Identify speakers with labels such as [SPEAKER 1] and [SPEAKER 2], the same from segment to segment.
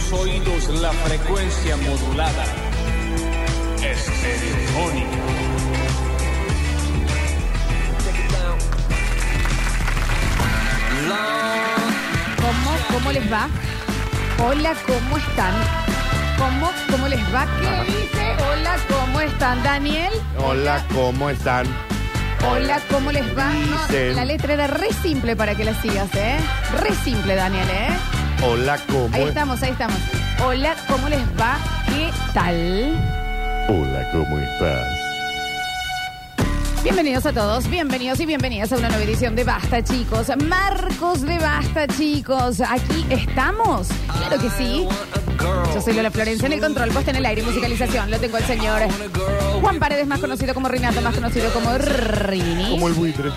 [SPEAKER 1] sus oídos la frecuencia modulada. Estereofónica.
[SPEAKER 2] ¿Cómo, cómo les va? Hola, ¿cómo están? ¿Cómo, cómo les va? ¿Qué dice? Hola, ¿cómo están, Daniel?
[SPEAKER 3] Hola, ¿cómo están?
[SPEAKER 2] Hola, ¿cómo les va? No,
[SPEAKER 3] Dicen.
[SPEAKER 2] la letra era re simple para que la sigas, ¿eh? Re simple, Daniel, ¿eh?
[SPEAKER 3] Hola, ¿cómo
[SPEAKER 2] Ahí
[SPEAKER 3] es-
[SPEAKER 2] estamos, ahí estamos. Hola, ¿cómo les va? ¿Qué tal?
[SPEAKER 3] Hola, ¿cómo estás?
[SPEAKER 2] Bienvenidos a todos, bienvenidos y bienvenidas a una nueva edición de Basta, chicos. Marcos de Basta, chicos. Aquí estamos. Claro que sí. Yo soy Lola Florencia en el control, puesta en el aire y musicalización. Lo tengo el señor Juan Paredes, más conocido como Rinato, más conocido como Rini.
[SPEAKER 3] el buitre.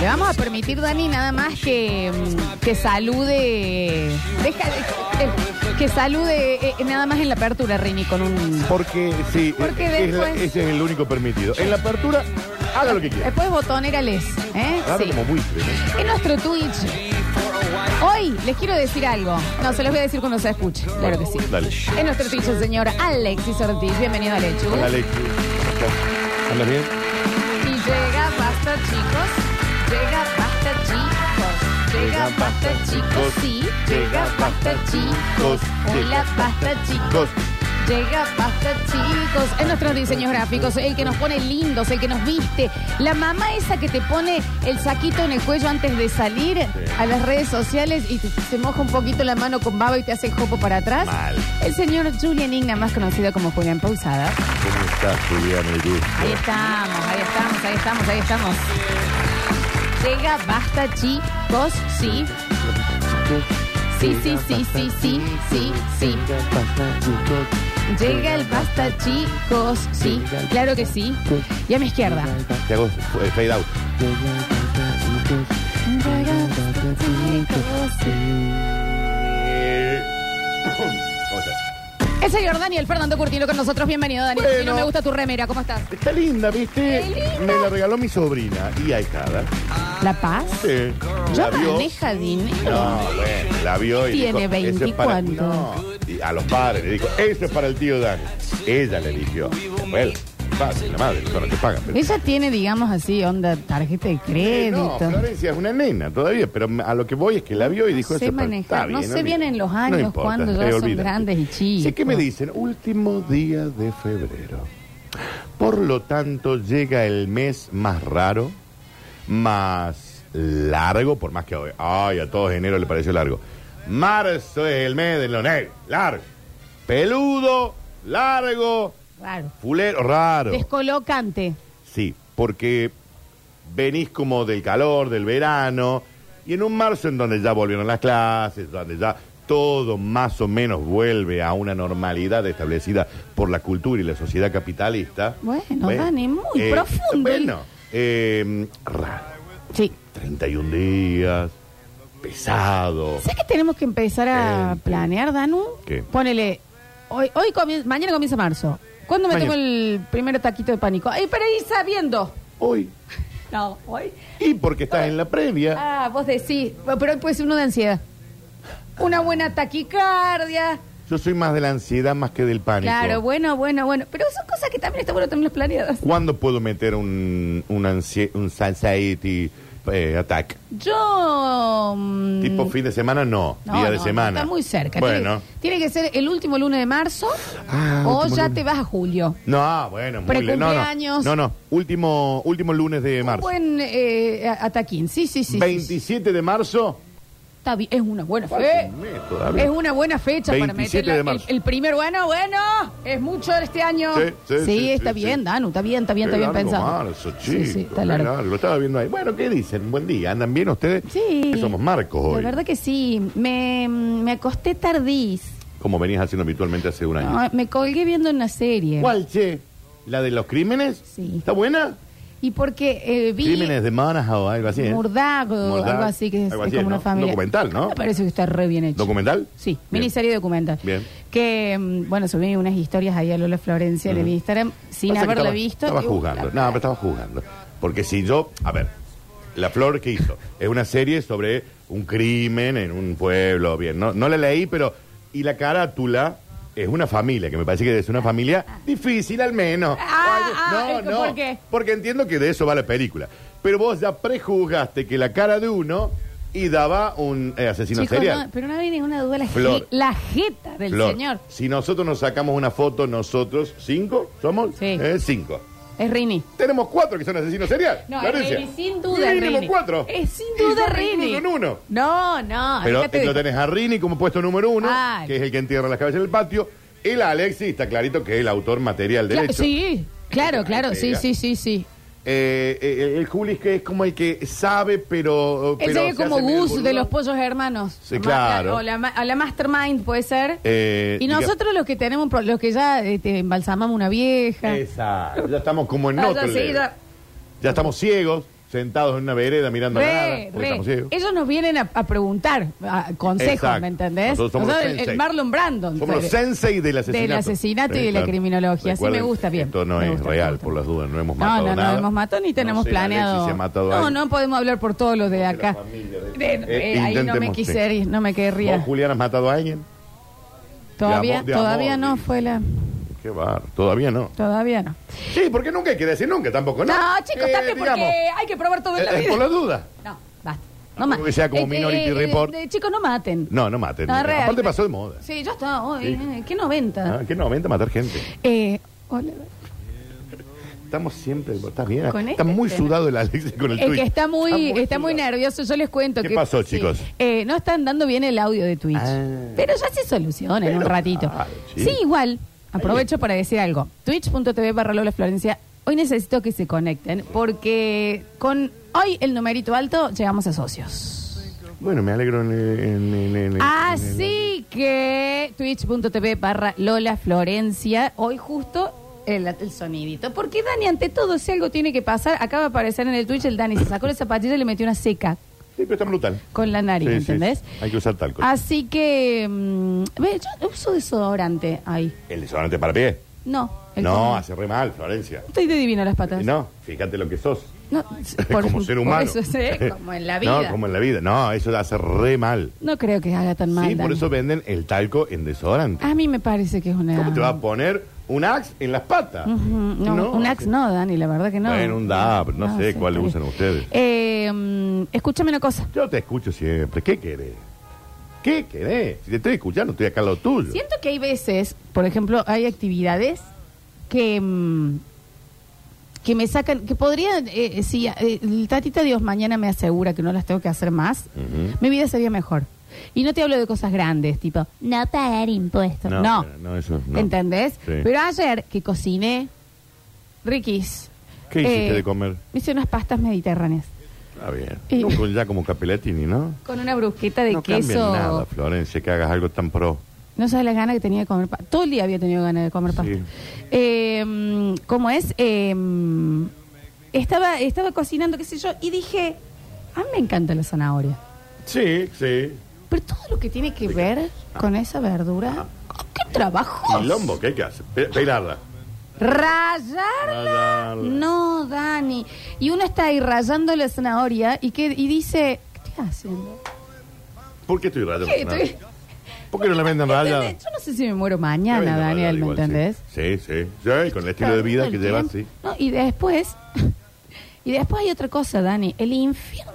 [SPEAKER 2] Le vamos a permitir, Dani, nada más que, mm, que salude. Deja de- eh, que salude eh, nada más en la apertura, Rini, con un.
[SPEAKER 3] Porque, sí,
[SPEAKER 2] Porque
[SPEAKER 3] es la-
[SPEAKER 2] después-
[SPEAKER 3] ese es el único permitido. En la apertura, haga lo que quiera.
[SPEAKER 2] Después botonera les. ¿eh?
[SPEAKER 3] Agarre
[SPEAKER 2] Sí.
[SPEAKER 3] como buitre, ¿no?
[SPEAKER 2] En nuestro Twitch. Hoy les quiero decir algo. No, se los voy a decir cuando se escuche. Claro que sí.
[SPEAKER 3] Dale.
[SPEAKER 2] En nuestro Twitch, el señor Alexis Ortiz. Bienvenido, Alechu.
[SPEAKER 3] Hola, Alex. ¿Cómo estás? ¿Andas bien?
[SPEAKER 2] Y llega basta chicos, llega basta chicos, llega basta chicos, sí, llega basta chicos, hola basta chicos. Llega Basta Chicos, en nuestros diseños gráficos, el que nos pone lindos, el que nos viste, la mamá esa que te pone el saquito en el cuello antes de salir a las redes sociales y te, te moja un poquito la mano con baba y te hace el jopo para atrás.
[SPEAKER 3] Mal.
[SPEAKER 2] El señor Julian Igna, más conocido como Julián Pausada.
[SPEAKER 3] ¿Cómo estás, Julián? El gusto.
[SPEAKER 2] Ahí estamos, ahí estamos, ahí estamos, ahí estamos. Llega, basta, chicos, sí. Sí, sí, sí, sí, sí, sí, sí. Llega el basta, chicos, sí. Claro que sí. Y a mi izquierda.
[SPEAKER 3] Te hago eh, fade out.
[SPEAKER 2] Llega basta, chicos, sí.
[SPEAKER 3] Eh, ¿Cómo estás?
[SPEAKER 2] El señor Daniel Fernando Curtino con nosotros. Bienvenido, Daniel. Si no
[SPEAKER 3] Bueno.
[SPEAKER 2] me gusta tu remera, ¿cómo estás?
[SPEAKER 3] Está linda, ¿viste?
[SPEAKER 2] Qué linda.
[SPEAKER 3] Me la regaló mi sobrina. Y ahí está. ¿verdad?
[SPEAKER 2] La paz.
[SPEAKER 3] Sí.
[SPEAKER 2] Yo
[SPEAKER 3] La vio.
[SPEAKER 2] maneja dinero.
[SPEAKER 3] No, bueno, la vio y
[SPEAKER 2] Tiene
[SPEAKER 3] dijo,
[SPEAKER 2] 20
[SPEAKER 3] "Eso es para-
[SPEAKER 2] cuánto".
[SPEAKER 3] No, y a los padres le dijo, eso es para el tío Dan. Ella le eligió. Bueno, fácil, la madre, eso no te pagan. pero-
[SPEAKER 2] Ella tiene, digamos así, onda tarjeta de
[SPEAKER 3] Eh,
[SPEAKER 2] crédito.
[SPEAKER 3] No, Florencia es una nena todavía, pero a lo que voy es que la vio y dijo
[SPEAKER 2] sé
[SPEAKER 3] eso es para-
[SPEAKER 2] manejar,
[SPEAKER 3] está
[SPEAKER 2] no sé bien en los
[SPEAKER 3] no
[SPEAKER 2] años
[SPEAKER 3] importa,
[SPEAKER 2] cuándo ya
[SPEAKER 3] eh,
[SPEAKER 2] son
[SPEAKER 3] olvídate.
[SPEAKER 2] grandes y chicos.
[SPEAKER 3] Sí que me dicen, último día de febrero. Por lo tanto, llega el mes más raro, más largo, por más que hoy, ay, a todos enero le pareció largo. Marzo es el mes de lo negro, largo, peludo, largo,
[SPEAKER 2] Raro.
[SPEAKER 3] fulero, raro.
[SPEAKER 2] Descolocante.
[SPEAKER 3] Sí, porque venís como del calor, del verano, y en un marzo en donde ya volvieron las clases, donde ya todo más o menos vuelve a una normalidad establecida por la cultura y la sociedad capitalista.
[SPEAKER 2] Bueno, Dani, muy profundo.
[SPEAKER 3] Bueno, eh, raro.
[SPEAKER 2] Sí.
[SPEAKER 3] 31 días, pesado.
[SPEAKER 2] ¿Sabes que tenemos que empezar a
[SPEAKER 3] Gente.
[SPEAKER 2] planear, Danu?
[SPEAKER 3] Eh, ¿Qué?
[SPEAKER 2] Ponele, hoy, hoy comien- mañana comienza marzo. ¿Cuándo me
[SPEAKER 3] Mañana.
[SPEAKER 2] tengo el primer taquito de pánico? Ay, pero ahí sabiendo.
[SPEAKER 3] Hoy.
[SPEAKER 2] No, hoy.
[SPEAKER 3] Y porque estás en la previa.
[SPEAKER 2] Ah, vos decís, Bueno, pero hoy puede ser uno de ansiedad. Una buena taquicardia.
[SPEAKER 3] Yo soy más de la ansiedad más que del pánico.
[SPEAKER 2] Claro, bueno, bueno, bueno. Pero son cosas que también está bueno tenerlas planeadas.
[SPEAKER 3] ¿Cuándo puedo meter un, un, ansie- un anxiety eh, attack?
[SPEAKER 2] Yo. mm,
[SPEAKER 3] Tipo fin de semana, no.
[SPEAKER 2] No,
[SPEAKER 3] día de
[SPEAKER 2] no,
[SPEAKER 3] semana.
[SPEAKER 2] Está muy cerca.
[SPEAKER 3] Bueno.
[SPEAKER 2] Tiene, tiene que ser el último lunes de marzo
[SPEAKER 3] Ah,
[SPEAKER 2] o
[SPEAKER 3] último
[SPEAKER 2] ya
[SPEAKER 3] lunes.
[SPEAKER 2] te vas a julio.
[SPEAKER 3] No, bueno, muy le- no, no,
[SPEAKER 2] Precumpleaños.
[SPEAKER 3] no, no. Último, último lunes de
[SPEAKER 2] Un
[SPEAKER 3] marzo.
[SPEAKER 2] buen eh, a- ataquín. Sí, sí, sí, sí.
[SPEAKER 3] 27 de marzo.
[SPEAKER 2] Está bien, Es una buena
[SPEAKER 3] Falta
[SPEAKER 2] fecha.
[SPEAKER 3] un mes todavía.
[SPEAKER 2] Eh, Es una buena fecha para
[SPEAKER 3] 27
[SPEAKER 2] meter la-
[SPEAKER 3] de
[SPEAKER 2] el,
[SPEAKER 3] marzo.
[SPEAKER 2] el primer bueno, bueno, es mucho este año.
[SPEAKER 3] Sí, sí, sí,
[SPEAKER 2] está
[SPEAKER 3] sí,
[SPEAKER 2] bien,
[SPEAKER 3] sí.
[SPEAKER 2] Danu, está bien, está bien,
[SPEAKER 3] Qué
[SPEAKER 2] está bien
[SPEAKER 3] largo
[SPEAKER 2] pensado.
[SPEAKER 3] marzo, chico,
[SPEAKER 2] sí, sí, está
[SPEAKER 3] qué
[SPEAKER 2] largo.
[SPEAKER 3] largo. Lo estaba viendo ahí. Bueno, ¿qué dicen? Buen día. ¿Andan bien ustedes?
[SPEAKER 2] Sí.
[SPEAKER 3] Que somos Marcos
[SPEAKER 2] La
[SPEAKER 3] hoy.
[SPEAKER 2] verdad que sí, me, me acosté tardís.
[SPEAKER 3] Como venías haciendo habitualmente hace un año.
[SPEAKER 2] No, me colgué viendo una serie.
[SPEAKER 3] ¿Cuál, che? ¿La de los crímenes?
[SPEAKER 2] Sí.
[SPEAKER 3] ¿Está buena?
[SPEAKER 2] Y porque eh, vi...
[SPEAKER 3] Crímenes de Manajao o algo así. ¿eh?
[SPEAKER 2] Murdago,
[SPEAKER 3] Murdago,
[SPEAKER 2] algo así que es,
[SPEAKER 3] algo
[SPEAKER 2] es
[SPEAKER 3] así,
[SPEAKER 2] como
[SPEAKER 3] ¿no?
[SPEAKER 2] una familia.
[SPEAKER 3] Documental, ¿no?
[SPEAKER 2] Me parece que está re bien hecho.
[SPEAKER 3] ¿Documental?
[SPEAKER 2] Sí,
[SPEAKER 3] Bien.
[SPEAKER 2] miniserie documental.
[SPEAKER 3] Bien.
[SPEAKER 2] Que, mm, bueno, subí unas historias ahí a Lola Florencia en el Instagram sin
[SPEAKER 3] Pasa que
[SPEAKER 2] haberla
[SPEAKER 3] estaba-
[SPEAKER 2] visto.
[SPEAKER 3] Estaba
[SPEAKER 2] Y, uh,
[SPEAKER 3] jugando.
[SPEAKER 2] la-
[SPEAKER 3] No, pero estaba jugando. Porque si yo. A ver. La Flor que hizo. Es una serie sobre un crimen en un pueblo, bien. No, no la leí, pero. Y la carátula es una familia, que me parece que es una familia difícil al menos.
[SPEAKER 2] Ah,
[SPEAKER 3] O
[SPEAKER 2] ah,
[SPEAKER 3] algo-
[SPEAKER 2] es que ¿por qué?
[SPEAKER 3] Porque entiendo que de eso va la película. Pero vos ya prejuzgaste que la cara de uno y daba un eh, asesino
[SPEAKER 2] Chicos,
[SPEAKER 3] serial.
[SPEAKER 2] no, pero no había ninguna duda. La,
[SPEAKER 3] Flor.
[SPEAKER 2] je- la jeta del
[SPEAKER 3] Flor,
[SPEAKER 2] señor
[SPEAKER 3] Si nosotros nos sacamos una foto, nosotros, ¿cinco? ¿Somos?
[SPEAKER 2] Sí.
[SPEAKER 3] Eh, cinco.
[SPEAKER 2] es Rini.
[SPEAKER 3] Tenemos cuatro que son asesinos serial.
[SPEAKER 2] No, es
[SPEAKER 3] Florencia.
[SPEAKER 2] Rini, sin duda.
[SPEAKER 3] Y mínimo
[SPEAKER 2] Rini.
[SPEAKER 3] cuatro.
[SPEAKER 2] Es sin
[SPEAKER 3] Y
[SPEAKER 2] duda
[SPEAKER 3] son
[SPEAKER 2] Rini.
[SPEAKER 3] uno en uno.
[SPEAKER 2] No, no.
[SPEAKER 3] Pero eh,
[SPEAKER 2] acá te
[SPEAKER 3] lo
[SPEAKER 2] digo.
[SPEAKER 3] tenés a Rini como puesto número uno,
[SPEAKER 2] Ay.
[SPEAKER 3] que es el que entierra las cabezas en el patio. El Alexis, está clarito que es el autor material del
[SPEAKER 2] Cla-
[SPEAKER 3] hecho.
[SPEAKER 2] sí, claro, claro. Sí,
[SPEAKER 3] pega.
[SPEAKER 2] sí, sí, sí.
[SPEAKER 3] Eh, eh, el Julis que es como el que sabe, pero.
[SPEAKER 2] Él
[SPEAKER 3] pero
[SPEAKER 2] sería
[SPEAKER 3] se
[SPEAKER 2] como
[SPEAKER 3] hace medio
[SPEAKER 2] Gus
[SPEAKER 3] boludo.
[SPEAKER 2] de los pollos hermanos.
[SPEAKER 3] Sí, claro.
[SPEAKER 2] Ma- O la, ma- o la Mastermind puede ser.
[SPEAKER 3] Eh,
[SPEAKER 2] y
[SPEAKER 3] diga-
[SPEAKER 2] nosotros los que tenemos, pro- los que ya este, embalsamamos una vieja.
[SPEAKER 3] Exacto. Ya estamos como en
[SPEAKER 2] Ah, ya
[SPEAKER 3] otro.
[SPEAKER 2] sí,
[SPEAKER 3] level.
[SPEAKER 2] ya.
[SPEAKER 3] Ya estamos ciegos, sentados en una vereda mirando
[SPEAKER 2] Re,
[SPEAKER 3] nada. porque
[SPEAKER 2] re.
[SPEAKER 3] Estamos ciegos.
[SPEAKER 2] Ellos nos vienen a, a preguntar a- a consejos,
[SPEAKER 3] Exacto.
[SPEAKER 2] ¿me entendés?
[SPEAKER 3] Nosotros somos los
[SPEAKER 2] Nosotros, el,
[SPEAKER 3] sensei.
[SPEAKER 2] el Marlon Brandon.
[SPEAKER 3] Somos los
[SPEAKER 2] Fede.
[SPEAKER 3] sensei del asesinato.
[SPEAKER 2] Del asesinato y de la
[SPEAKER 3] Exacto.
[SPEAKER 2] criminología. Así me
[SPEAKER 3] Recuerden,
[SPEAKER 2] gusta, bien.
[SPEAKER 3] Esto no
[SPEAKER 2] Me
[SPEAKER 3] es
[SPEAKER 2] gusta, me
[SPEAKER 3] real,
[SPEAKER 2] gusta.
[SPEAKER 3] por las dudas. No hemos
[SPEAKER 2] No,
[SPEAKER 3] matado
[SPEAKER 2] no,
[SPEAKER 3] nada.
[SPEAKER 2] no hemos matado ni
[SPEAKER 3] No
[SPEAKER 2] tenemos
[SPEAKER 3] sé,
[SPEAKER 2] planeado.
[SPEAKER 3] Alexis, si ha matado
[SPEAKER 2] no,
[SPEAKER 3] algo.
[SPEAKER 2] no podemos hablar por todos los de
[SPEAKER 3] la
[SPEAKER 2] acá.
[SPEAKER 3] familia de-
[SPEAKER 2] De-
[SPEAKER 3] Eh,
[SPEAKER 2] eh, ahí no me
[SPEAKER 3] intentemos,
[SPEAKER 2] quise
[SPEAKER 3] sí.
[SPEAKER 2] ir, no me quedé
[SPEAKER 3] ¿Vos,
[SPEAKER 2] ría.
[SPEAKER 3] Julián, has matado a alguien?
[SPEAKER 2] Todavía,
[SPEAKER 3] amor- de
[SPEAKER 2] todavía
[SPEAKER 3] amor,
[SPEAKER 2] no
[SPEAKER 3] digo.
[SPEAKER 2] fue la.
[SPEAKER 3] Qué bar, todavía no.
[SPEAKER 2] Todavía no.
[SPEAKER 3] Sí, porque nunca hay que decir nunca tampoco, ¿no?
[SPEAKER 2] No, chicos,
[SPEAKER 3] Eh,
[SPEAKER 2] también porque
[SPEAKER 3] digamos,
[SPEAKER 2] hay que probar todo en la
[SPEAKER 3] eh, eh,
[SPEAKER 2] vida.
[SPEAKER 3] por las dudas.
[SPEAKER 2] No, basta. No más.
[SPEAKER 3] Como que sea como Minority Report.
[SPEAKER 2] eh, chicos, no maten.
[SPEAKER 3] No, no maten.
[SPEAKER 2] No, real.
[SPEAKER 3] Aparte pasó de moda.
[SPEAKER 2] Sí, yo estaba. oh,
[SPEAKER 3] Sí.
[SPEAKER 2] eh, ¿Qué 90?
[SPEAKER 3] Ah, ¿Qué no? Vente a matar gente.
[SPEAKER 2] Eh, hola.
[SPEAKER 3] Estamos siempre. ¿Estás bien?
[SPEAKER 2] Con
[SPEAKER 3] Está
[SPEAKER 2] este
[SPEAKER 3] muy
[SPEAKER 2] tema.
[SPEAKER 3] sudado el Alexis con el
[SPEAKER 2] Es
[SPEAKER 3] Twitch.
[SPEAKER 2] que está muy, está
[SPEAKER 3] sudado.
[SPEAKER 2] muy nervioso. Yo les cuento
[SPEAKER 3] ¿Qué
[SPEAKER 2] que.
[SPEAKER 3] pasó,
[SPEAKER 2] sí.
[SPEAKER 3] chicos?
[SPEAKER 2] Eh, no están dando bien el audio de Twitch.
[SPEAKER 3] Ah.
[SPEAKER 2] Pero ya se soluciona en un
[SPEAKER 3] Pero,
[SPEAKER 2] ratito.
[SPEAKER 3] claro, sí.
[SPEAKER 2] sí. igual. Aprovecho
[SPEAKER 3] está.
[SPEAKER 2] para decir algo. Twitch.tv barra Lola Florencia. Hoy necesito que se conecten porque con hoy el numerito alto llegamos a socios.
[SPEAKER 3] Bueno, me alegro en, en- en- en- en-
[SPEAKER 2] Ah, Así que twitch.tv barra Lola Florencia, hoy justo el, el sonidito. Porque Dani, ante todo, si algo tiene que pasar, acaba de aparecer en el Twitch el Dani, se sacó la zapatilla y le metió una seca
[SPEAKER 3] Sí, pero está brutal.
[SPEAKER 2] con la nariz,
[SPEAKER 3] Sí, sí,
[SPEAKER 2] ¿entendés?
[SPEAKER 3] sí. Hay que usar talco.
[SPEAKER 2] Así que, mm, ve, yo uso desodorante ahí.
[SPEAKER 3] ¿El desodorante para pie?
[SPEAKER 2] No, el
[SPEAKER 3] No,
[SPEAKER 2] común.
[SPEAKER 3] hace re mal, Florencia.
[SPEAKER 2] Estoy de divino las patas.
[SPEAKER 3] No, fíjate lo que sos.
[SPEAKER 2] No,
[SPEAKER 3] como ser humano.
[SPEAKER 2] Por eso sé, como en la vida.
[SPEAKER 3] No,
[SPEAKER 2] No,
[SPEAKER 3] como en la vida. No, eso hace re mal.
[SPEAKER 2] creo que haga tan mal.
[SPEAKER 3] sí, por
[SPEAKER 2] Dani. Ah.
[SPEAKER 3] eso venden el talco en desodorante.
[SPEAKER 2] A mí me parece que es una.
[SPEAKER 3] ¿Cómo te vas a poner un axe en las patas?
[SPEAKER 2] Ujú, No, un axe no, Dani, la verdad que no.
[SPEAKER 3] Bueno, un DAP, no sé cuál
[SPEAKER 2] está
[SPEAKER 3] usan
[SPEAKER 2] bien.
[SPEAKER 3] ustedes.
[SPEAKER 2] Eh, mm, escúchame una cosa.
[SPEAKER 3] Yo te escucho siempre. ¿Qué querés? ¿Qué querés? Si te estoy escuchando, estoy acá a lo tuyo.
[SPEAKER 2] Siento que hay veces, por ejemplo, hay actividades que, mm, que me sacan, que podría, eh, si eh, el tatita Dios mañana me asegura que no las tengo que hacer más,
[SPEAKER 3] Ujú.
[SPEAKER 2] mi vida sería mejor. Y no te hablo de cosas grandes, tipo, no pagar impuestos. No,
[SPEAKER 3] pero no, eso no.
[SPEAKER 2] ¿entendés?
[SPEAKER 3] Sí.
[SPEAKER 2] Pero ayer que cociné, riquis.
[SPEAKER 3] ¿Qué hiciste de comer?
[SPEAKER 2] Me hice unas pastas mediterráneas.
[SPEAKER 3] Está bien.
[SPEAKER 2] Y-
[SPEAKER 3] No, con- ya como capelatini, ¿no?
[SPEAKER 2] Con una brusqueta de
[SPEAKER 3] no cambia
[SPEAKER 2] queso.
[SPEAKER 3] nada, Florencia, que hagas algo tan pro.
[SPEAKER 2] No sabes las ganas que tenía de comer pasta. Todo el día había tenido ganas de comer
[SPEAKER 3] Sí.
[SPEAKER 2] pasta. Eh, mm, ¿Cómo es? Eh, mm, estaba, estaba cocinando, qué sé yo, y dije, a mí me encanta la zanahoria.
[SPEAKER 3] Sí, sí.
[SPEAKER 2] Pero todo lo que tiene que ver con esa verdura, ¡qué trabajo!
[SPEAKER 3] Quilombo, ¿qué hay que hacer? Pe- Pelarla.
[SPEAKER 2] Rayarla.
[SPEAKER 3] Pelarla.
[SPEAKER 2] No, Dani. Y uno está ahí rayando la zanahoria y, que, y dice, ¿qué estoy haciendo?
[SPEAKER 3] ¿Por qué estoy rayando?
[SPEAKER 2] ¿Qué
[SPEAKER 3] No.
[SPEAKER 2] estoy-
[SPEAKER 3] ¿Por qué no la venden rayada?
[SPEAKER 2] ¿Entendés? Yo no sé si me muero
[SPEAKER 3] La
[SPEAKER 2] mañana,
[SPEAKER 3] venden rayada
[SPEAKER 2] Daniel, ¿me
[SPEAKER 3] igual, sí.
[SPEAKER 2] entendés?
[SPEAKER 3] Sí, sí. Sí, con el estilo de vida que
[SPEAKER 2] Todo el
[SPEAKER 3] llevas, sí.
[SPEAKER 2] tiempo. No, y después, y después hay otra cosa, Dani, el infierno,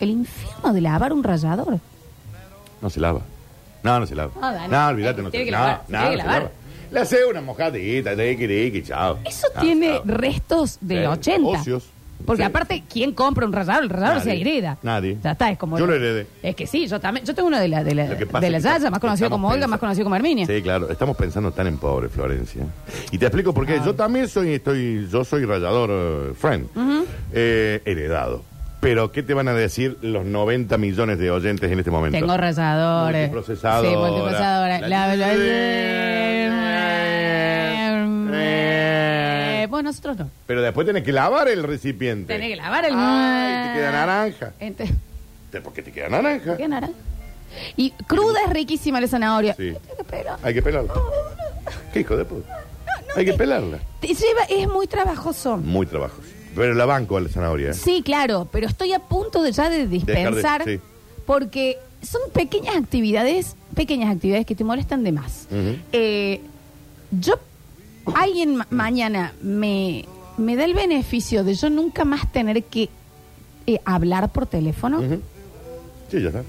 [SPEAKER 2] el infierno de lavar un rallador.
[SPEAKER 3] No se lava. No, no se lava.
[SPEAKER 2] No, Dani.
[SPEAKER 3] no olvídate, no
[SPEAKER 2] Tiene
[SPEAKER 3] se
[SPEAKER 2] que
[SPEAKER 3] lava.
[SPEAKER 2] lavar,
[SPEAKER 3] No,
[SPEAKER 2] tiene
[SPEAKER 3] no
[SPEAKER 2] que
[SPEAKER 3] se
[SPEAKER 2] lavar.
[SPEAKER 3] lava. Le hace una mojadita, tiki, tiki, chao.
[SPEAKER 2] Eso
[SPEAKER 3] No,
[SPEAKER 2] tiene
[SPEAKER 3] chao.
[SPEAKER 2] restos del
[SPEAKER 3] Sí,
[SPEAKER 2] 80.
[SPEAKER 3] Ah, ocios.
[SPEAKER 2] Porque
[SPEAKER 3] Sí.
[SPEAKER 2] aparte, ¿quién compra un rallador? El rallador
[SPEAKER 3] Nadie.
[SPEAKER 2] se hereda.
[SPEAKER 3] Nadie.
[SPEAKER 2] Ya está, es como...
[SPEAKER 3] Yo lo heredé.
[SPEAKER 2] Es que sí, yo también. Yo tengo uno de la, de la,
[SPEAKER 3] Lo que pasa
[SPEAKER 2] de la
[SPEAKER 3] es que
[SPEAKER 2] Yaya, más
[SPEAKER 3] estamos
[SPEAKER 2] conocido como Olga,
[SPEAKER 3] pensando-
[SPEAKER 2] más conocido como Herminia.
[SPEAKER 3] Sí, claro, estamos pensando tan en pobre, Florencia. Y te explico por qué. Yo también soy, estoy, yo soy rayador eh, friend, Eh, heredado. Pero, ¿qué te van a decir los 90 millones de oyentes en este momento?
[SPEAKER 2] Tengo ralladores.
[SPEAKER 3] Multiprocesadora.
[SPEAKER 2] Sí, multiprocesadora. La- la- la- Eh, Bueno, nosotros no.
[SPEAKER 3] Pero después tenés que lavar el recipiente.
[SPEAKER 2] Tenés que lavar el...
[SPEAKER 3] Ay, te queda naranja.
[SPEAKER 2] Ente-
[SPEAKER 3] Te- ¿Por qué te queda naranja?
[SPEAKER 2] Este, ¿Qué naranja? Y cruda es riquísima la zanahoria.
[SPEAKER 3] Sí.
[SPEAKER 2] ¿Qué pelo?
[SPEAKER 3] Hay que pelarla. ¿Qué hijo de puta?
[SPEAKER 2] No, no,
[SPEAKER 3] Hay que
[SPEAKER 2] te-
[SPEAKER 3] pelarla.
[SPEAKER 2] te lleva- es muy trabajoso.
[SPEAKER 3] Muy trabajoso. Pero la banco a la zanahoria. ¿eh?
[SPEAKER 2] Sí, claro, pero estoy a punto de ya de dispensar
[SPEAKER 3] sí.
[SPEAKER 2] porque son pequeñas actividades, pequeñas actividades que te molestan de más.
[SPEAKER 3] Ujú.
[SPEAKER 2] Eh, yo, alguien ma- mañana me, me da el beneficio de yo nunca más tener que eh, hablar por teléfono.
[SPEAKER 3] Ujú. Sí, ya está.